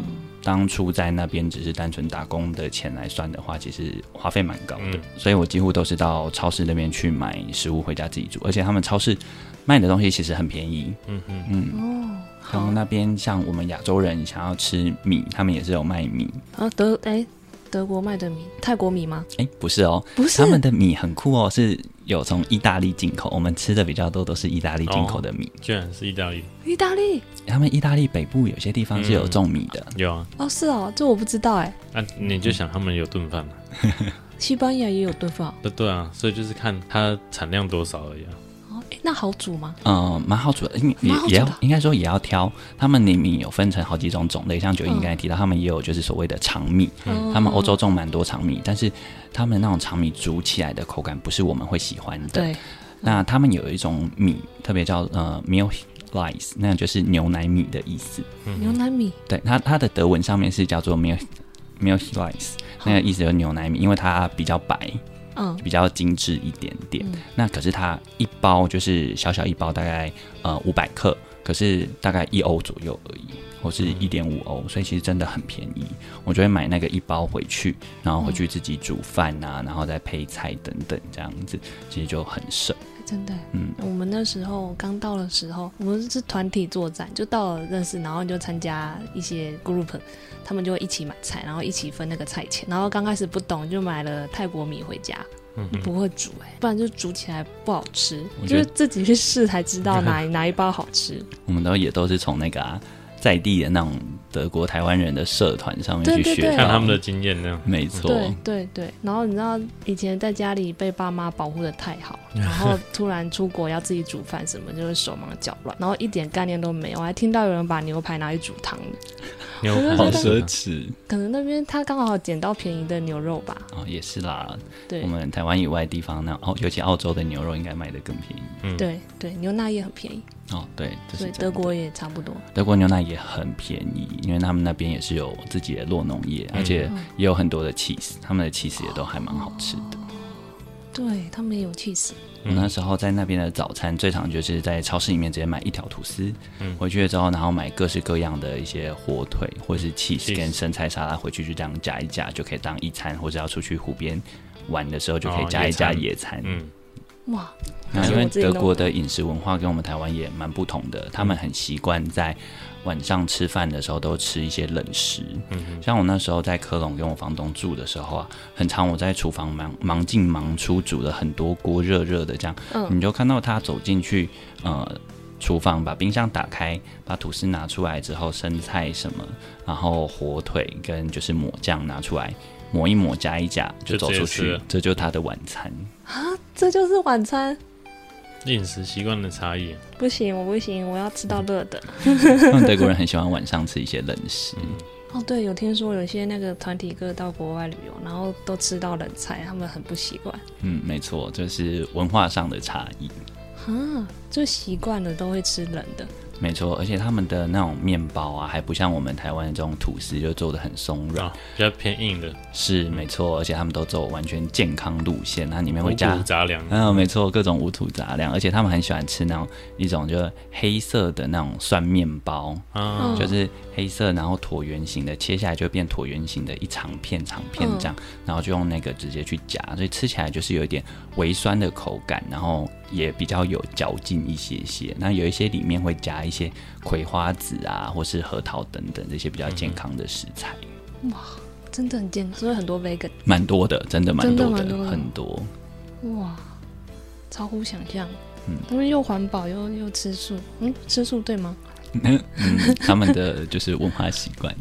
A: 当初在那边只是单纯打工的钱来算的话，其实花费蛮高的，
C: 嗯
A: 所以我几乎都是到超市那边去买食物回家自己煮，而且他们超市卖的东西其实很便宜，
C: 嗯哼，
A: 嗯。
B: 哦，
A: 他
B: 好
A: 们，那边像我们亚洲人想要吃米，他们也是有卖米。
B: 啊德哎德国卖的米，泰国米吗？
A: 哎，不是哦，
B: 不是
A: 他，们的米很酷哦，是有从意大利进口。我们吃的比较多都是意大利进口的米。
C: 居然是意大利，
B: 意大利
A: 他们意大利北部有些地方是有种米的，
C: 有啊，
B: 哦，是哦，这我不知道哎。
C: 那啊你就想他们有炖饭嘛，啊
B: 西班牙也有炖饭
A: 嗯
C: 对对啊，所以就是看它产量多少而已啊。
B: 哦，哎，那好煮吗？
A: 嗯，蛮好煮的，因为也
B: 蛮好煮的
A: 也要应该说也要挑。他们的米有分成好几种种类，像九英刚才提到，他们也有就是所谓的长米，
B: 嗯
A: 他们欧洲种蛮多长米，但是他们那种长米煮起来的口感不是我们会喜欢的。
B: 对，
A: 那他们有一种米，特别叫呃 milk rice，那就是牛奶米的意思。
B: 牛奶米
A: 对，它它的德文上面是叫做 milk milk rice，那个意思就是牛奶米，因为它比较白，
B: 嗯，
A: 比较精致一点点。
B: 嗯
A: 那可是它一包就是小小一包，大概呃五百克，可是大概一欧左右而已，或
B: 嗯
A: 是一点五欧，所以其实真的很便宜。我就会买那个一包回去，然后回去自己煮饭啊，然后再配菜等等这样子，其实就很省。
B: 真的耶。
A: 嗯，
B: 我们那时候刚到的时候，我们是团体作战，就到了认识，然后就参加一些 group，他们就会一起买菜，然后一起分那个菜钱。然后刚开始不懂，就买了泰国米回家，
C: 嗯哼，
B: 不会煮哎、不然就煮起来不好吃，
A: 我觉
B: 就
A: 得
B: 是自己去试才知 道哪哪一包好吃。
A: 我们都也都是从那个、啊、在地的那种德国台湾人的社团上面
B: 对
A: 去
B: 对
A: 学
B: 对
A: 到，
C: 看他们的经验那样。
A: 没错，
B: 对对对，然后你知道以前在家里被爸妈保护的太好，然后突然出国要自己煮饭什么，就是手忙脚乱，然后一点概念都没有。我还听到有人把牛排拿去煮汤的，
C: 牛
B: 我
A: 好
B: 就觉
A: 奢
C: 排
A: 侈
B: 可能那边他刚好捡到便宜的牛肉吧。
A: 哦，也是啦。
B: 对
A: 我们台湾以外的地方，那哦，尤其澳洲的牛肉应该卖的更便宜
B: 对对，牛奶也很便宜，
A: 哦。对，这是
B: 所以
A: 真的
B: 德国也差不多。
A: 德国牛奶也很便宜，因为他们那边也是有自己的洛农业，
B: 嗯
A: 而且也有很多的 cheese，他们的 cheese 也都还蛮好吃的。
B: 对他们也有 cheese，
A: 我那时候在那边的早餐，最常就是在超市里面直接买一条吐司，
C: 嗯
A: 回去了之后，然后买各式各样的一些火腿或是 cheese
C: cheese
A: 跟生菜沙拉，回去就这样夹一夹，就可以当一餐，或者要出去湖边玩的时候就可以
C: 哦
A: 夹一
C: 野
A: 夹
C: 餐
A: 野餐。
C: 嗯，
B: 哇，
A: 那嗯因
B: 是
A: 为
B: 我自己
A: 德
B: 弄
A: 国的饮食文化跟我们台湾也蛮不同的，他们很习惯在晚上吃饭的时候都吃一些冷食。
C: 嗯
A: 像我那时候在科隆跟我房东住的时候啊，很常我在厨房忙忙进忙出，煮了很多锅热热的这样，
B: 嗯
A: 你就看到他走进去，呃。厨房把冰箱打开，把吐司拿出来之后，生菜什么，然后火腿跟就是抹酱拿出来抹一抹，夹一夹就
C: 就
A: 走
C: 直接
A: 出
C: 吃
A: 去
C: 了，
A: 这就是他的晚餐。
B: 啊，这就是晚餐。
C: 饮食习惯的差异，
B: 不行，我不行，我要吃到热的。
A: 他们德嗯国人很喜欢晚上吃一些冷食，
B: 哦，对，有听说有些那个团体哥到国外旅游，然后都吃到冷菜，他们很不习惯。
A: 嗯，没错，就是文化上的差异，
B: 啊，就习惯了都会吃冷的。
A: 没错。而且他们的那种面包啊，还不像我们台湾这种吐司就做的很松软，
C: 啊，比较偏硬的，
A: 是没错。而且他们都走完全健康路线，它里面
C: 五
A: 会加
C: 谷，杂粮，
A: 嗯，没错，各种五谷杂粮，而且他们很喜欢吃那种一种就是黑色的那种蒜面包。
C: 啊，
B: 嗯
A: 就是黑色，然后椭圆形的，切下来就变椭圆形的一长片长片
B: 嗯
A: 这样，然后就用那个直接去夹，所以吃起来就是有一点微酸的口感，然后也比较有嚼劲一些些。那有一些里面会夹一些葵花籽啊，或是核桃等等这些
B: 嗯
A: 比较健康的食材，
B: 真的很健康，所以很多 vegan，
A: 蛮多的，真的蛮多
B: 真的蛮多的
A: 很多。
B: 哇，超乎想象。嗯，他们又环保又又吃素，嗯，吃素对吗？
A: 嗯，他们的就是文化习惯。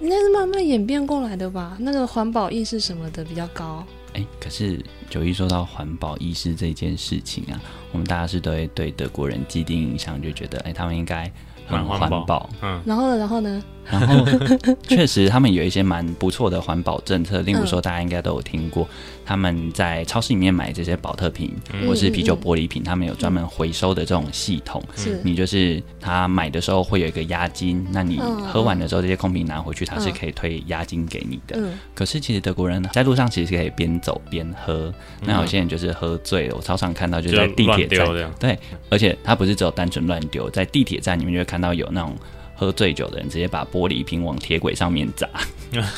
B: 应该是慢慢演变过来的吧？那个环保意识什么的比较高。
A: 哎，可是九一说到环保意识这件事情啊，我们大家是都会对德国人既定印象，就觉得哎，他们应该很
C: 蛮
A: 环
C: 环保
A: 保。
C: 嗯，
B: 然后呢，然后呢？
A: 然后 确实，他们有一些蛮不错的环保政策，例如
B: 嗯
A: 说大家应该都有听过，他们在超市里面买这些保特瓶
C: 嗯
A: 或是啤酒
B: 嗯嗯
A: 玻璃瓶，他们有专门回收的这种系统。
B: 是
A: 你就是他买的时候会有一个押金，那你
B: 嗯
A: 喝完的时候，这些空瓶拿回去，他是
B: 嗯
A: 可以退押金给你的。
B: 嗯，
A: 可是其实德国人在路上其实可以边走边喝，那有些人就是喝醉了，我超常看到就
C: 嗯就是
A: 在地铁
C: 乱
A: 站
C: 丢，这样，
A: 对，而且他不是只有单纯乱丢，在地铁站里面就会看到有那种喝醉酒的人直接把玻璃瓶往铁轨上面 砸，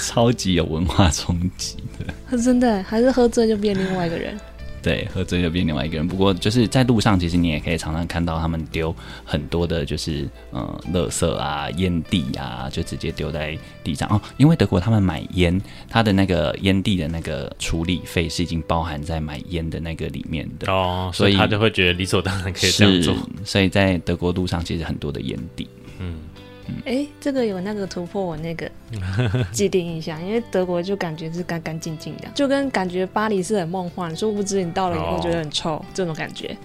A: 超级有文化冲击。
B: 他真的还是喝醉就变另外一个人。
A: 对，喝醉就变另外一个人。不过就是在路上，其实你也可以常常看到他们丢很多的，就是呃，垃圾啊、烟蒂啊，就直接丢在地上哦。因为德国他们买烟，它的那个烟蒂的那个处理费是已经包含在买烟的那个里面的，
C: 哦，
A: 所
C: 所
A: 以
C: 以他就会觉得理所当然可以这样做，
A: 是 所以在德国路上其实很多的烟蒂，
C: 嗯，
B: 哎，这个有那个突破我那个既定印象，因为德国就感觉是干干净净的，就跟感觉巴黎是很梦幻，殊不知你到了以后
C: 哦
B: 觉得很臭、这种感觉。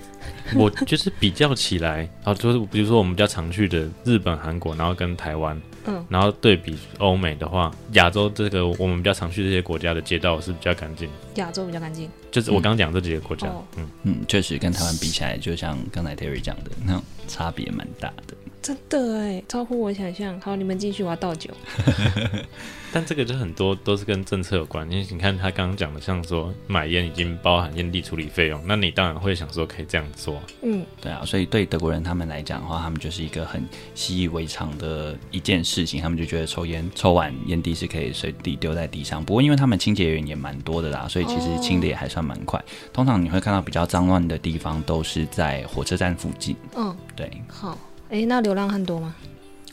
C: 我就是比较起来，啊，就是比如说我们比较常去的日本、韩国，然后跟台湾，
B: 嗯，
C: 然后对比欧美的话，亚洲这个我们比较常去这些国家的街道是比较干净，
B: 亚洲比较干净。
C: 就是
A: 嗯
C: 我刚讲这几个国家
B: 哦，
C: 嗯，
A: 嗯，确实跟台湾比起来，就像刚才 Terry 讲的那种差别蛮大的。
B: 真的哎，超乎我想象。好，你们继续，我要倒酒。
C: 但这个就很多都是跟政策有关，因为你看他刚刚讲的，像说买烟已经包含烟蒂处理费用，那你当然会想说可以这样做啊。
B: 嗯，
A: 对啊，所以对德国人他们来讲的话，他们就是一个很习以为常的一件事情，他们就觉得抽烟抽完烟蒂是可以随地丢在地上。不过因为他们清洁员也蛮多的啦，所以其实清的也还算蛮快。通常你会看到比较脏乱的地方都是在火车站附近，
B: 嗯，
A: 对，
B: 好。哎，那流浪汉多吗？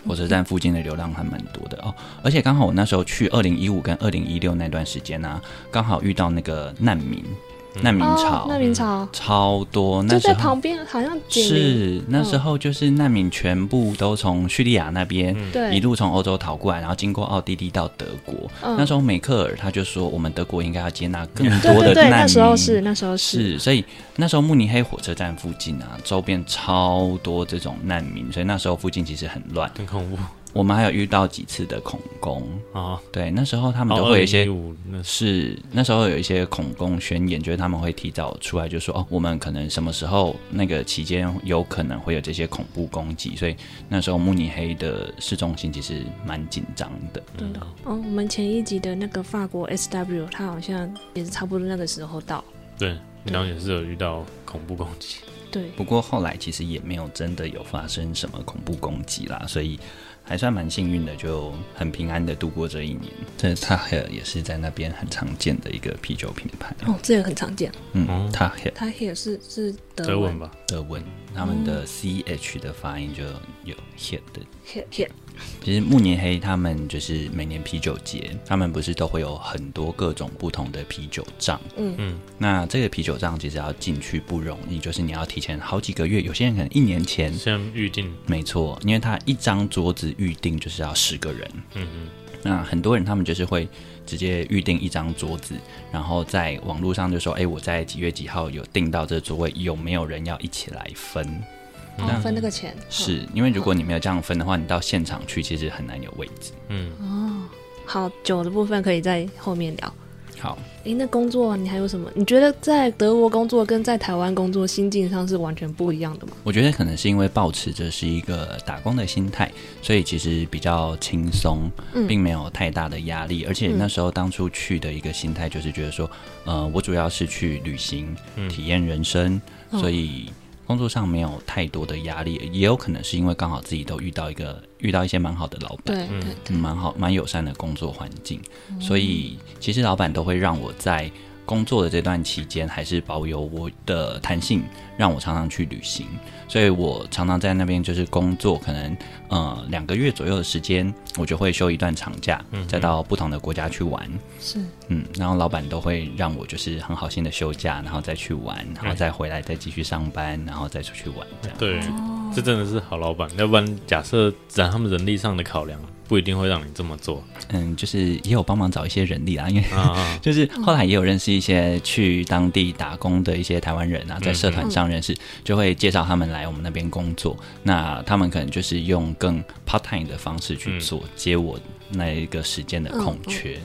A: 火车站附近的流浪还蛮多的哦，而且刚好我那时候去二零一五跟二零一六那段时间呢、啊刚好遇到那个难民，难民
B: 哦
A: 潮，，
B: 那明朝
A: 超多，嗯那
B: 就
A: 时
B: 在
A: 候
B: 旁边，好像紧邻，嗯
A: 是那时候就是难民全部都从叙利亚那边。嗯一
B: 嗯对，
A: 路从欧洲逃过来，然后经过奥地利到德国。
B: 嗯
A: 那时候梅克尔他就说，我们德国应该要接纳更
B: 对
A: 多的
B: 对
A: 难民。
B: 对，那时候是那时候是，
A: 是，所以那时候慕尼黑火车站附近啊，周边超多这种难民，所以那时候附近其实很乱。
C: 很恐怖
A: 我们还有遇到几次的恐攻，
C: 啊！
A: 对，那时候他
C: 他
A: 们都会有一些、
C: 那是
A: 是那时候有一些恐攻宣言，就是他们会提早出来，就说哦，我们可能什么时候那个期间有可能会有这些恐怖攻击，所以那时候慕尼黑的市中心其实蛮紧张的。
B: 真的。哦，我们前一集的那个法国 S W，他好像也是差不多那个时候到。
C: 对，然后也是有遇到恐怖攻击，
A: 嗯
B: 对，
A: 不过后来其实也没有真的有发生什么恐怖攻击啦，所以还算蛮幸运的，就很平安的度过这一年。这塔黑尔也是在那边很常见的一个啤酒品牌，
B: 哦，这也很常见。
A: 嗯，塔黑尔
B: 他也是是
C: 德
B: 德
C: 文
B: 文
C: 吧？
A: 德文，他们的 C H 的发音就有 hit 的
B: h e e
A: 其实慕尼黑他们就是每年啤酒节，他们不是都会有很多各种不同的啤酒帐。
B: 嗯
C: 嗯，
A: 那这个啤酒帐其实要进去不容易，就是你要提前好几个月，有些人可能一年前。
C: 先嗯预定，
A: 没错，因为他一张桌子预定就是要十个人，
C: 嗯嗯，
A: 那很多人他们就是会直接预定一张桌子，然后在网络上就说，哎，我在几月几号有订到这个座位，有没有人要一起来分？
B: 哦，分那个钱
A: 是因为如果你没有这样分的话，你到现场去其实很难有位置。
C: 嗯
B: 好酒的部分可以在后面聊。
A: 好，
B: 诶，那工作你还有什么？你觉得在德国工作跟在台湾工作心境上是完全不一样的吗？
A: 我觉得可能是因为抱持着是一个打工的心态，所以其实比较轻松，
B: 嗯
A: 并没有太大的压力。而且那时候当初去的一个心态就是觉得说，呃，我主要是去旅行，体验人生，
B: 哦
A: 所以。工作上没有太多的压力，也有可能是因为刚好自己都遇到一个遇到一些蛮好的老板，
B: 对对
A: 嗯蛮好、蛮友善的工作环境，所以其实老板都会让我在工作的这段期间，还是保有我的弹性，让我常常去旅行。所以我常常在那边就是工作，可能呃两个月左右的时间，我就会休一段长假，再到不同的国家去玩。
B: 是
A: 嗯，然后老板都会让我就是很好心的休假，然后再去玩，然后再回来，再继续上班，然后再出去玩这样。
C: 对，这真的是好老板，要不然假设在他们人力上的考量，不一定会让你这么做
A: 嗯，就是也有帮忙找一些人力啦，因为。
C: 啊啊
A: 就是后来也有认识一些去当地打工的一些台湾人啊，在社团上认识，就会介绍他们来我们那边工作。那他们可能就是用更 part time 的方式去做，接我那一个时间的空缺。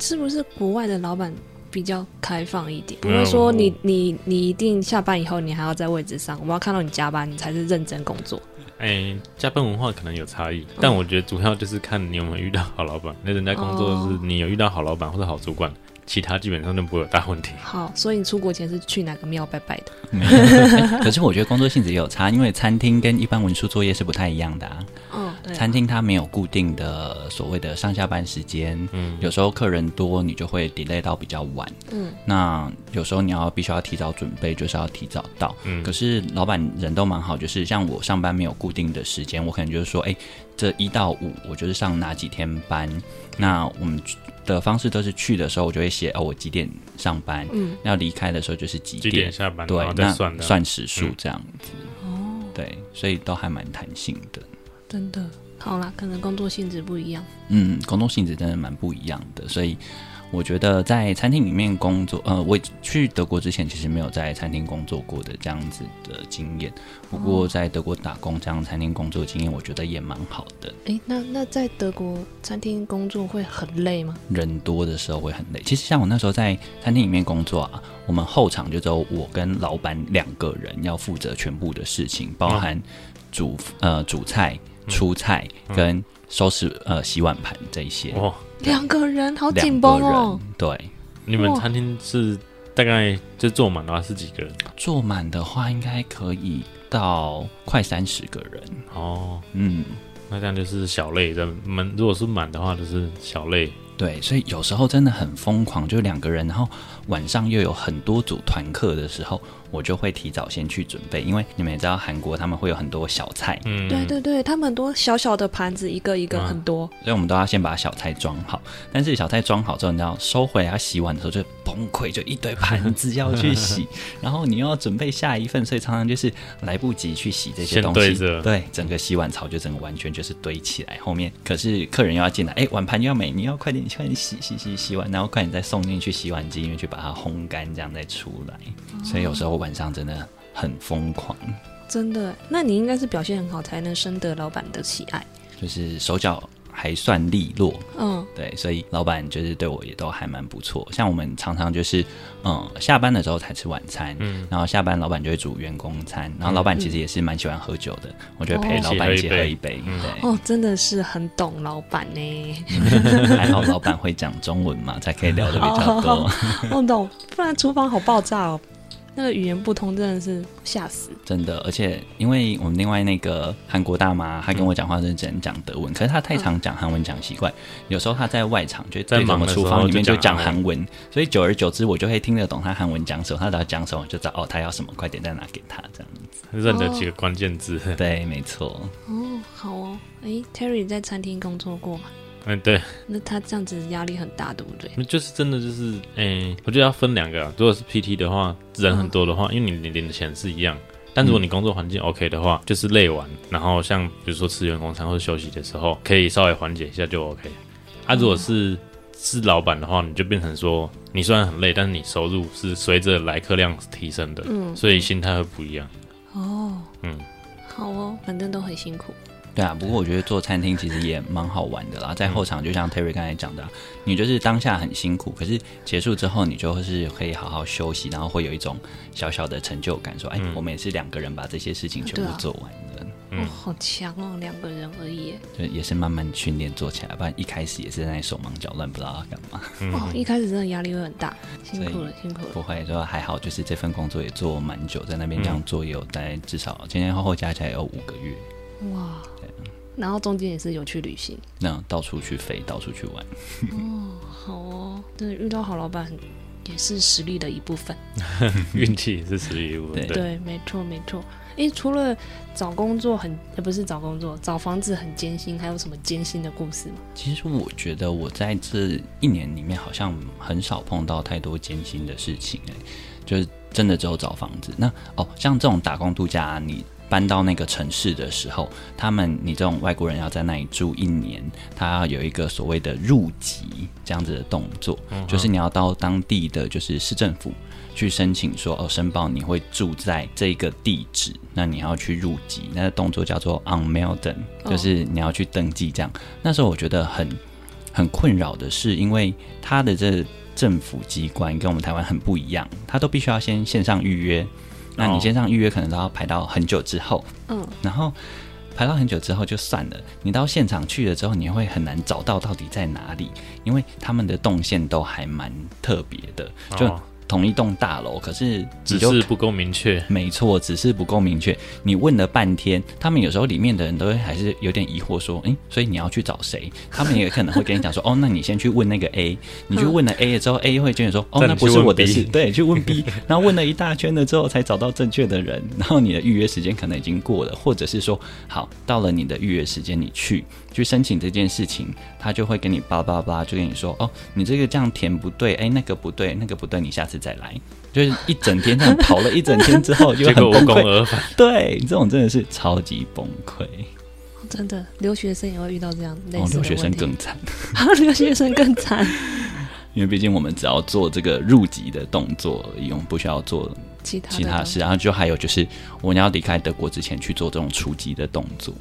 B: 是不是国外的老板比较开放一点？不
C: 没有
B: 会说你
C: 我
B: 你你一定下班以后你还要在位置上，我们要看到你加班，你才是认真工作。
C: 哎，加班文化可能有差异，但我觉得主要就是看你有没有遇到好老板。那人家工作是你有遇到好老板或者好主管，其他基本上都不会有大问题。
B: 好，所以你出国前是去哪个庙拜拜的？
A: 可是我觉得工作性质也有差，因为餐厅跟一般文书作业是不太一样的啊。
B: 嗯，对啊，
A: 餐厅它没有固定的所谓的上下班时间，嗯，有时候客人多，你就会 delay 到比较晚，嗯，那有时候你要必须要提早准备，就是要提早到，嗯，可是老板人都蛮好，就是像我上班没有固定的时间，我可能就是说，哎、这一到五我就是上哪几天班，那我们的方式都是去的时候我就会写哦，我几点上班，嗯，要离开的时候就是几
C: 几点下班，然
A: 对
C: 后，再
A: 那
C: 算的。嗯
A: 算时数这样子，哦，对，所以都还蛮弹性的。
B: 真的。好啦，可能工作性质不一样。
A: 嗯，工作性质真的蛮不一样的，所以我觉得在餐厅里面工作，呃，我去德国之前其实没有在餐厅工作过的这样子的经验，不过在德国打工这样餐厅工作经验，我觉得也蛮好的。
B: 诶，那那在德国餐厅工作会很累吗？
A: 人多的时候会很累，其实像我那时候在餐厅里面工作啊，我们后场就只有我跟老板两个人要负责全部的事情，包含煮呃煮菜、出菜跟收拾呃洗碗盘这一些。
C: 哇，
B: 两个人好
A: 两
B: 紧
A: 个
B: 绷
A: 人
B: 哦，
A: 对，
C: 你们
B: 哇
C: 餐厅是大概就坐满的话是几个人？
A: 坐满的话应该可以到快三十个人。
C: 哦，
A: 嗯，
C: 那这样就是小类的门，如果是满的话就是小类。
A: 对，所以有时候真的很疯狂，就两个人，然后晚上又有很多组团课的时候，我就会提早先去准备，因为你们也知道韩国他们会有很多小菜，
C: 嗯，
B: 对对对，他们很多小小的盘子，一个一个
C: 嗯
B: 很多，
A: 所以我们都要先把小菜装好。但是小菜装好之后，你要收回来要洗碗的时候就崩溃，就一堆盘子要去洗，然后你又要准备下一份，所以常常就是来不及去洗这些
C: 先
A: 东
C: 对
A: 西。
C: 着
A: 对，整个洗碗槽就整个完全就是堆起来。后面可是客人又要进来，哎，碗盘又要美，你要快点快点洗洗洗洗完，然后快点再送进去洗碗机里面去把它烘干，这样再出来。所以有时候晚上真的很疯狂，
B: 真的。那你应该是表现很好，才能深得老板的喜爱。
A: 就是手脚还算利落，
B: 嗯，
A: 对，所以老板就是对我也都还蛮不错。像我们常常就是，嗯，下班的时候才吃晚餐，
C: 嗯
A: 然后下班老板就会煮员工餐，然后老板其实也是蛮喜欢喝酒的，我就会陪
B: 哦
A: 老板一
C: 一起
A: 起
C: 喝
A: 喝
C: 一
A: 一杯。
B: 哦，真的是很懂老板呢。
A: 对，还好老板会讲中文嘛，才可以聊得比较 多。
B: 我哦懂，不然厨房好爆炸哦。那个语言不通真的是吓死。
A: 真的，而且因为我们另外那个韩国大妈，她跟我讲话是只能讲德文，可是她太常讲韩文讲习惯，有时候她在外场就
C: 在
A: 我
C: 忙
A: 们
C: 的时
A: 厨
C: 候
A: 房里面
C: 就
A: 就
C: 讲
A: 讲
C: 韩
A: 韩文，所以久而久之我就会听得懂她韩文讲什么，她只要讲什么我就知道哦，她要什么，快点再拿给她这样。
C: 认
A: 哦
C: 得几个关键字。
A: 对，没错，
B: 哦，好哦。诶 t e r r y 在餐厅工作过嘛？
C: 嗯，对，
B: 那他这样子压力很大，对不对？
C: 就是真的就是，诶，我觉得要分两个啊。如果是 PT 的话，人很多的
A: 嗯
C: 话，因为你领的钱是一样。但如果你工作环境 OK 的话，就是累完，然后像比如说吃员工餐或者休息的时候，可以稍微缓解一下就 OK。啊，
A: 嗯
C: 如果是是老板的话，你就变成说，你虽然很累，但是你收入是随着来客量提升的，
B: 嗯
C: 所以心态会不一样。
B: 哦，
C: 嗯，
B: 好哦，反正都很辛苦。
A: 对啊。不过我觉得做餐厅其实也蛮好玩的啦，在后场就像 Terry 刚才讲的啊、你就是当下很辛苦，可是结束之后你就是可以好好休息，然后会有一种小小的成就感，说哎，我们也是两个人把这些事情全
B: 对
A: 部
B: 啊
A: 做完的。
C: 嗯
B: 哦，好强哦，两个人而已耶。
A: 就也是慢慢训练做起来，不然一开始也是在那里手忙脚乱，不知道要干嘛。
B: 哦，一开始真的压力会很大，辛
A: 所以哦
B: 苦了，辛苦了。
A: 不会，就还好，就是这份工作也做蛮久，在那边这样做也有大概至少前前后后加起来也有五个月，
B: 哇，然后中间也是有去旅行。
A: 那到处去飞，到处去玩。
B: 好哦，真的遇到好老板很也是实力的一部分。
C: 运气是实力一部分。
A: 对
B: 对，没错没错。诶，除了找工作很，呃，不是找工作，找房子很艰辛，还有什么艰辛的故事吗？
A: 其实我觉得我在这一年里面好像很少碰到太多艰辛的事情、欸，就是真的只有找房子。那哦，像这种打工度假、你搬到那个城市的时候，他们你这种外国人要在那里住一年，他有一个所谓的入籍这样子的动作，就是你要到当地的就是市政府。去申请说哦，申报你会住在这个地址，那你要去入籍，那个动作叫做 on mail 登，就是你要去登记这样。那时候我觉得很很困扰的是，因为他的这政府机关跟我们台湾很不一样，他都必须要先线上预约。那
C: 哦
A: 你线上预约可能都要排到很久之后，
B: 嗯，
A: 然后排到很久之后就算了，你到现场去了之后，你会很难找到到底在哪里，因为他们的动线都还蛮特别的，就
C: 哦
A: 同一栋大楼，可是
C: 只
A: 你就是
C: 不够明确。
A: 没错，只是不够明确。你问了半天，他们有时候里面的人都会还是有点疑惑，说：“诶，所以你要去找 谁？”他们也可能会跟你讲说：“哦，那你先去问那个 A。”你去问了 A 了之后，A 会觉得说：“哦，嗯
C: 再
A: 那
C: 你
A: 不
C: 去
A: 是
C: 问
A: 我的
C: B
A: 事。”对，去问 B，然后问了一大圈了之后，才找到正确的人。然后你的预约时间可能已经过了，或者是说，好，到了你的预约时间，你去去申请这件事情，他就会跟你叭叭叭，就跟你说：“哦，你这个这样填不对，诶，那个不对，那个不对，你下次再来。”就是一整天这样跑了一整天之后，就
C: 结
A: 很
C: 果无
A: 崩
C: 功
A: 溃。
C: 而返，
A: 对，这种真的是超级崩溃。
B: 真的，留学生也会遇到这样类
A: 哦，留
B: 似的问题。哦
A: 学生 更惨，
B: 留学生更惨，
A: 因为毕竟我们只要做这个入籍的动作而已，我们不需要做
B: 其他的
A: 其他
B: 东
A: 事。然后就还有就是，我们要离开德国之前去做这种除籍的动作。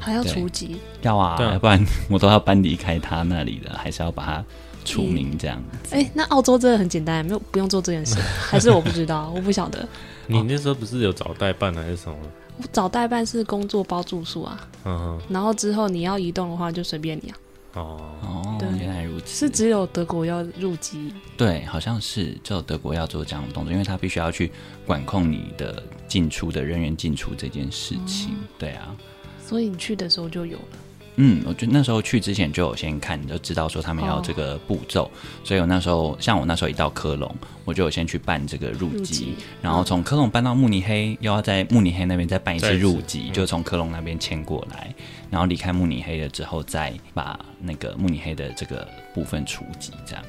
B: 还要
A: 对
B: 除籍，
A: 要啊，
C: 对啊
A: 要不然我都要搬离开他那里了，还是要把他除名这样。
B: 诶，那澳洲真的很简单，没有不用做这件事，还是我不知道，我不晓得。
A: 哦
C: 你那时候不是有找代办还是什么？
B: 找代办是工作包住宿啊，
C: 嗯
B: 然后之后你要移动的话就随便你啊，
C: 哼，哦，
A: 哦，
B: 对
A: 原来如此
B: 是。只有德国要入籍，
A: 对，好像是只有德国要做这样的动作，因为他必须要去管控你的进出的人员进出这件事情。对啊，
B: 所以你去的时候就有了。
A: 嗯，我觉得那时候去之前就有先看，就知道说他们要这个步骤，所以我那时候像我那时候一到科隆，我就有先去办这个入籍，
B: 入籍
A: 然后从科隆搬到慕尼黑，又要在慕尼黑那边再办一次
C: 再一次
A: 入籍，
C: 嗯
A: 就从科隆那边迁过来，然后离开慕尼黑了之后，再把那个慕尼黑的这个部分除籍这样。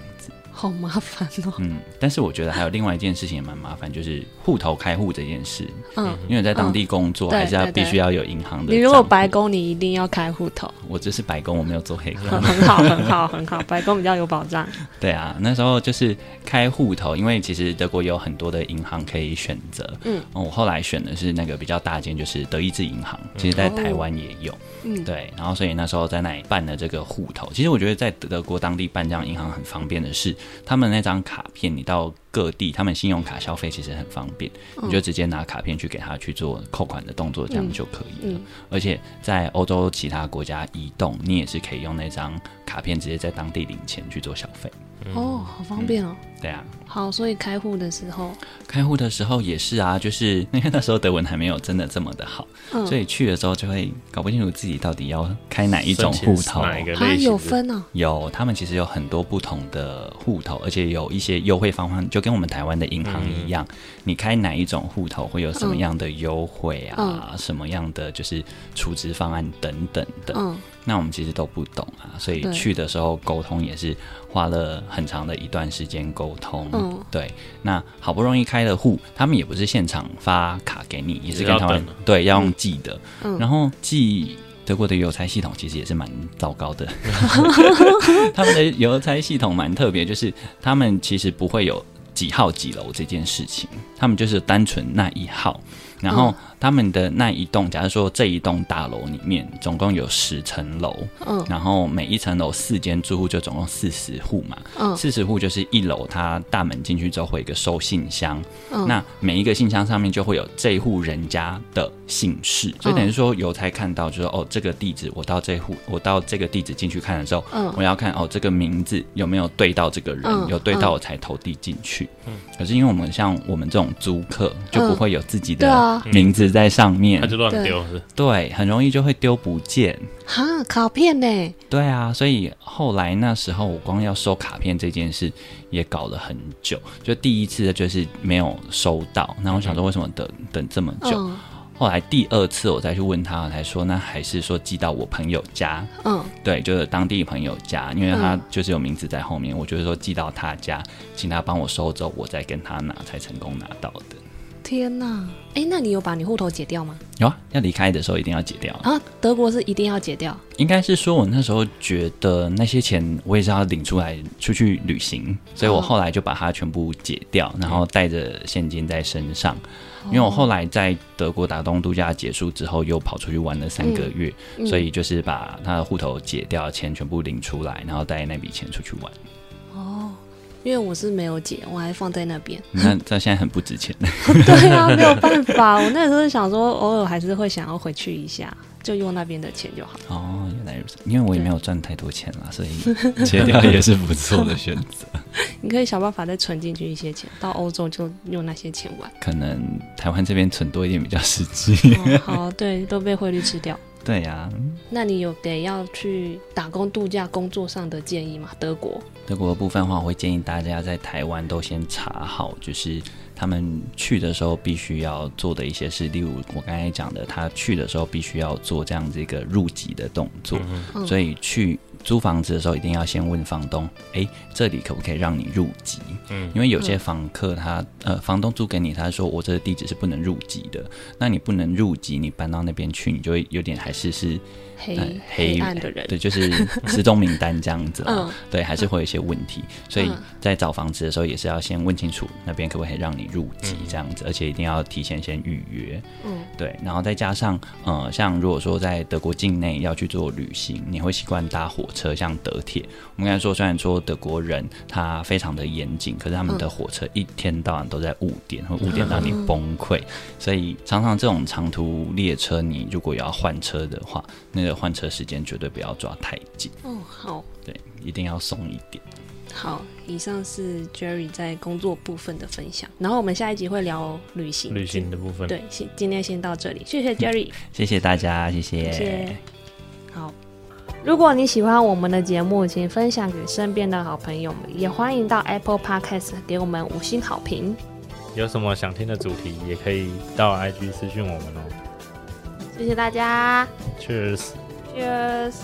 B: 好麻烦哦，
A: 嗯，但是我觉得还有另外一件事情也蛮麻烦，就是户头开户这件事，
B: 嗯，
A: 因为在当地工作、
B: 嗯
A: 还是要
B: 对对
A: 必须要有银行的。
B: 你如果白，宫，你一定要开户 头，
A: 我只是白工，我没有做黑工。
B: 很好，很好，很好，白宫比较有保障。
A: 对啊，那时候就是开户头，因为其实德国有很多的银行可以选择。
B: 嗯
A: 哦，我后来选的是那个比较大间，就是德意志银行，其实在台湾也有。
B: 哦嗯，
A: 对，然后所以那时候在那里办的这个户头，其实我觉得在德国当地办这样银行很方便的是，他们那张卡片你到各地，他们信用卡消费其实很方便，你就直接拿卡片去给他去做扣款的动作，这样
B: 嗯
A: 就可以了。
B: 嗯
A: 而且在欧洲其他国家移动，你也是可以用那张卡片直接在当地领钱去做消费。
B: 哦，好方便哦。
A: 对啊，
B: 好，所以开户的时候，
A: 开户的时候也是啊，就是因为那时候德文还没有真的这么的好，
B: 嗯
A: 所以去的时候就会搞不清楚自己到底要开哪一种
C: 申请
A: 户头。
C: 哪一个
B: 啊
C: 类型的？
B: 有分哦，
A: 有，他们其实有很多不同的户头，而且有一些优惠方案，就跟我们台湾的银行一样，你开哪一种户头会有什么样的优惠啊，什么样的就是储值方案等等的。
B: 嗯，
A: 那我们其实都不懂啊，所以
B: 对
A: 去的时候沟通也是花了很长的一段时间沟通。
B: 嗯
A: 对，那好不容易开了户，他们也不是现场发卡给你，也是
C: 也要
A: 跟他们
C: 等啊
A: 对要用寄的，
B: 嗯
A: 然后寄。德国的邮差系统其实也是蛮糟糕 的，他们的邮差系统蛮特别，就是他们其实不会有几号几楼这件事情，他们就是单纯那一号，然后
B: 嗯
A: 他们的那一栋，假如说这一栋大楼里面总共有十层楼，
B: 嗯
A: 然后每一层楼四间住户就总共四十户嘛，
B: 嗯
A: 四十户就是一楼，它大门进去之后会有一个收信箱，
B: 嗯，
A: 那每一个信箱上面就会有这一户人家的姓氏，所
B: 嗯
A: 以等于说邮差看到就是哦这个地址，我到这户，我到这个地址进去看的时候，
B: 嗯
A: 我要看哦这个名字有没有对到这个人，
B: 嗯
A: 有对到我才投递进去。可是因为我们像我们这种租客就不会有自己
B: 嗯对
A: 的
B: 啊
A: 名字在上面，
C: 他就乱丢是不是？
A: 对，很容易就会丢不见。
B: 哈，卡片呢？
A: 对啊，所以后来那时候我光要收卡片这件事也搞了很久，就第一次就是没有收到，那我想说为什么等等这么久？
B: 嗯
A: 后来第二次我再去问他，才说那还是说寄到我朋友家，
B: 嗯
A: 对，就是当地朋友家，因为他
B: 嗯
A: 就是有名字在后面，我就是说寄到他家，请他帮我收之后，我再跟他拿，才成功拿到的。
B: 天哪！哎，那你有把你户头解掉吗？
A: 有啊，要离开的时候一定要解掉啊。
B: 啊，德国是一定要解掉。
A: 应该是说，我那时候觉得那些钱我也是要领出来出去旅行，所以我
B: 哦
A: 后来就把它全部解掉，然后带着现金在身上。因为我后来在德国打工度假结束之后，又跑出去玩了三个月，
B: 嗯
A: 所以就是把他的户头解掉，钱全部领出来，然后带那笔钱出去玩。
B: 哦，因为我是没有解，我还放在那 边。
A: 那这现在很不值钱。
B: 对啊，没有办法，我那时候想说，偶尔还是会想要回去一下，就用那边的钱就好。
A: 哦，原来如此，因为我也没有赚太多钱啦， 所以解掉也是不错的选择。
B: 你可以想办法再存进去一些钱，到欧洲就用那些钱 玩。
A: 可能台湾这边存多一点比较实 际。
B: 哦、好，对，都被汇率吃掉。
A: 对呀、
B: 那你有给要去打工度假工作上的建议吗？德国，
A: 德国的部分的话，我会建议大家在台湾都先查好，就是他们去的时候必须要做的一些事，例如我刚才讲的，他去的时候必须要做这样子一个入籍的动作，
B: 嗯
A: 所以去租房子的时候一定要先问房东，诶，这里可不可以让你入籍？
C: 嗯
A: 因为有些房客他呃，房东租给你，他说我这个地址是不能入籍的，那你不能入籍，你搬到那边去，你就会有点还是是
B: 黑
A: 那哎黑
B: 暗的人，
A: 对，就是失踪名单这样子哦啦、
B: 嗯
A: 对，还是会有一些问题，所以
B: 嗯
A: 在找房子的时候也是要先问清楚那边可不可以让你入籍这样子，而且一定要提前先预约。
B: 嗯
A: 对，然后再加上呃，像如果说在德国境内要去做旅行，你会习惯搭火车，像德铁。我们刚才说，虽然说德国人他非常的严谨，可是他们的火车一天到晚都在误点，会误点到你崩溃。所以常常这种长途列车，你如果要换车的话，那个换车时间绝对不要抓太紧，
B: 哦，好
A: 对，一定要松一点。
B: 好，以上是 Jerry 在工作部分的分享，然后我们下一集会聊旅行，
C: 旅行的部分。
B: 对，先今天先到这里，谢谢 Jerry。
A: 谢谢大家，
B: 谢谢好，如果你喜欢我们的节目，请分享给身边的好朋友们，也欢迎到 Apple Podcast 给我们五星好评。
C: 有什么想听的主题，也可以到 IG 私讯我们哦。
B: 谢谢大家
C: Cheers。
B: ，Cheers。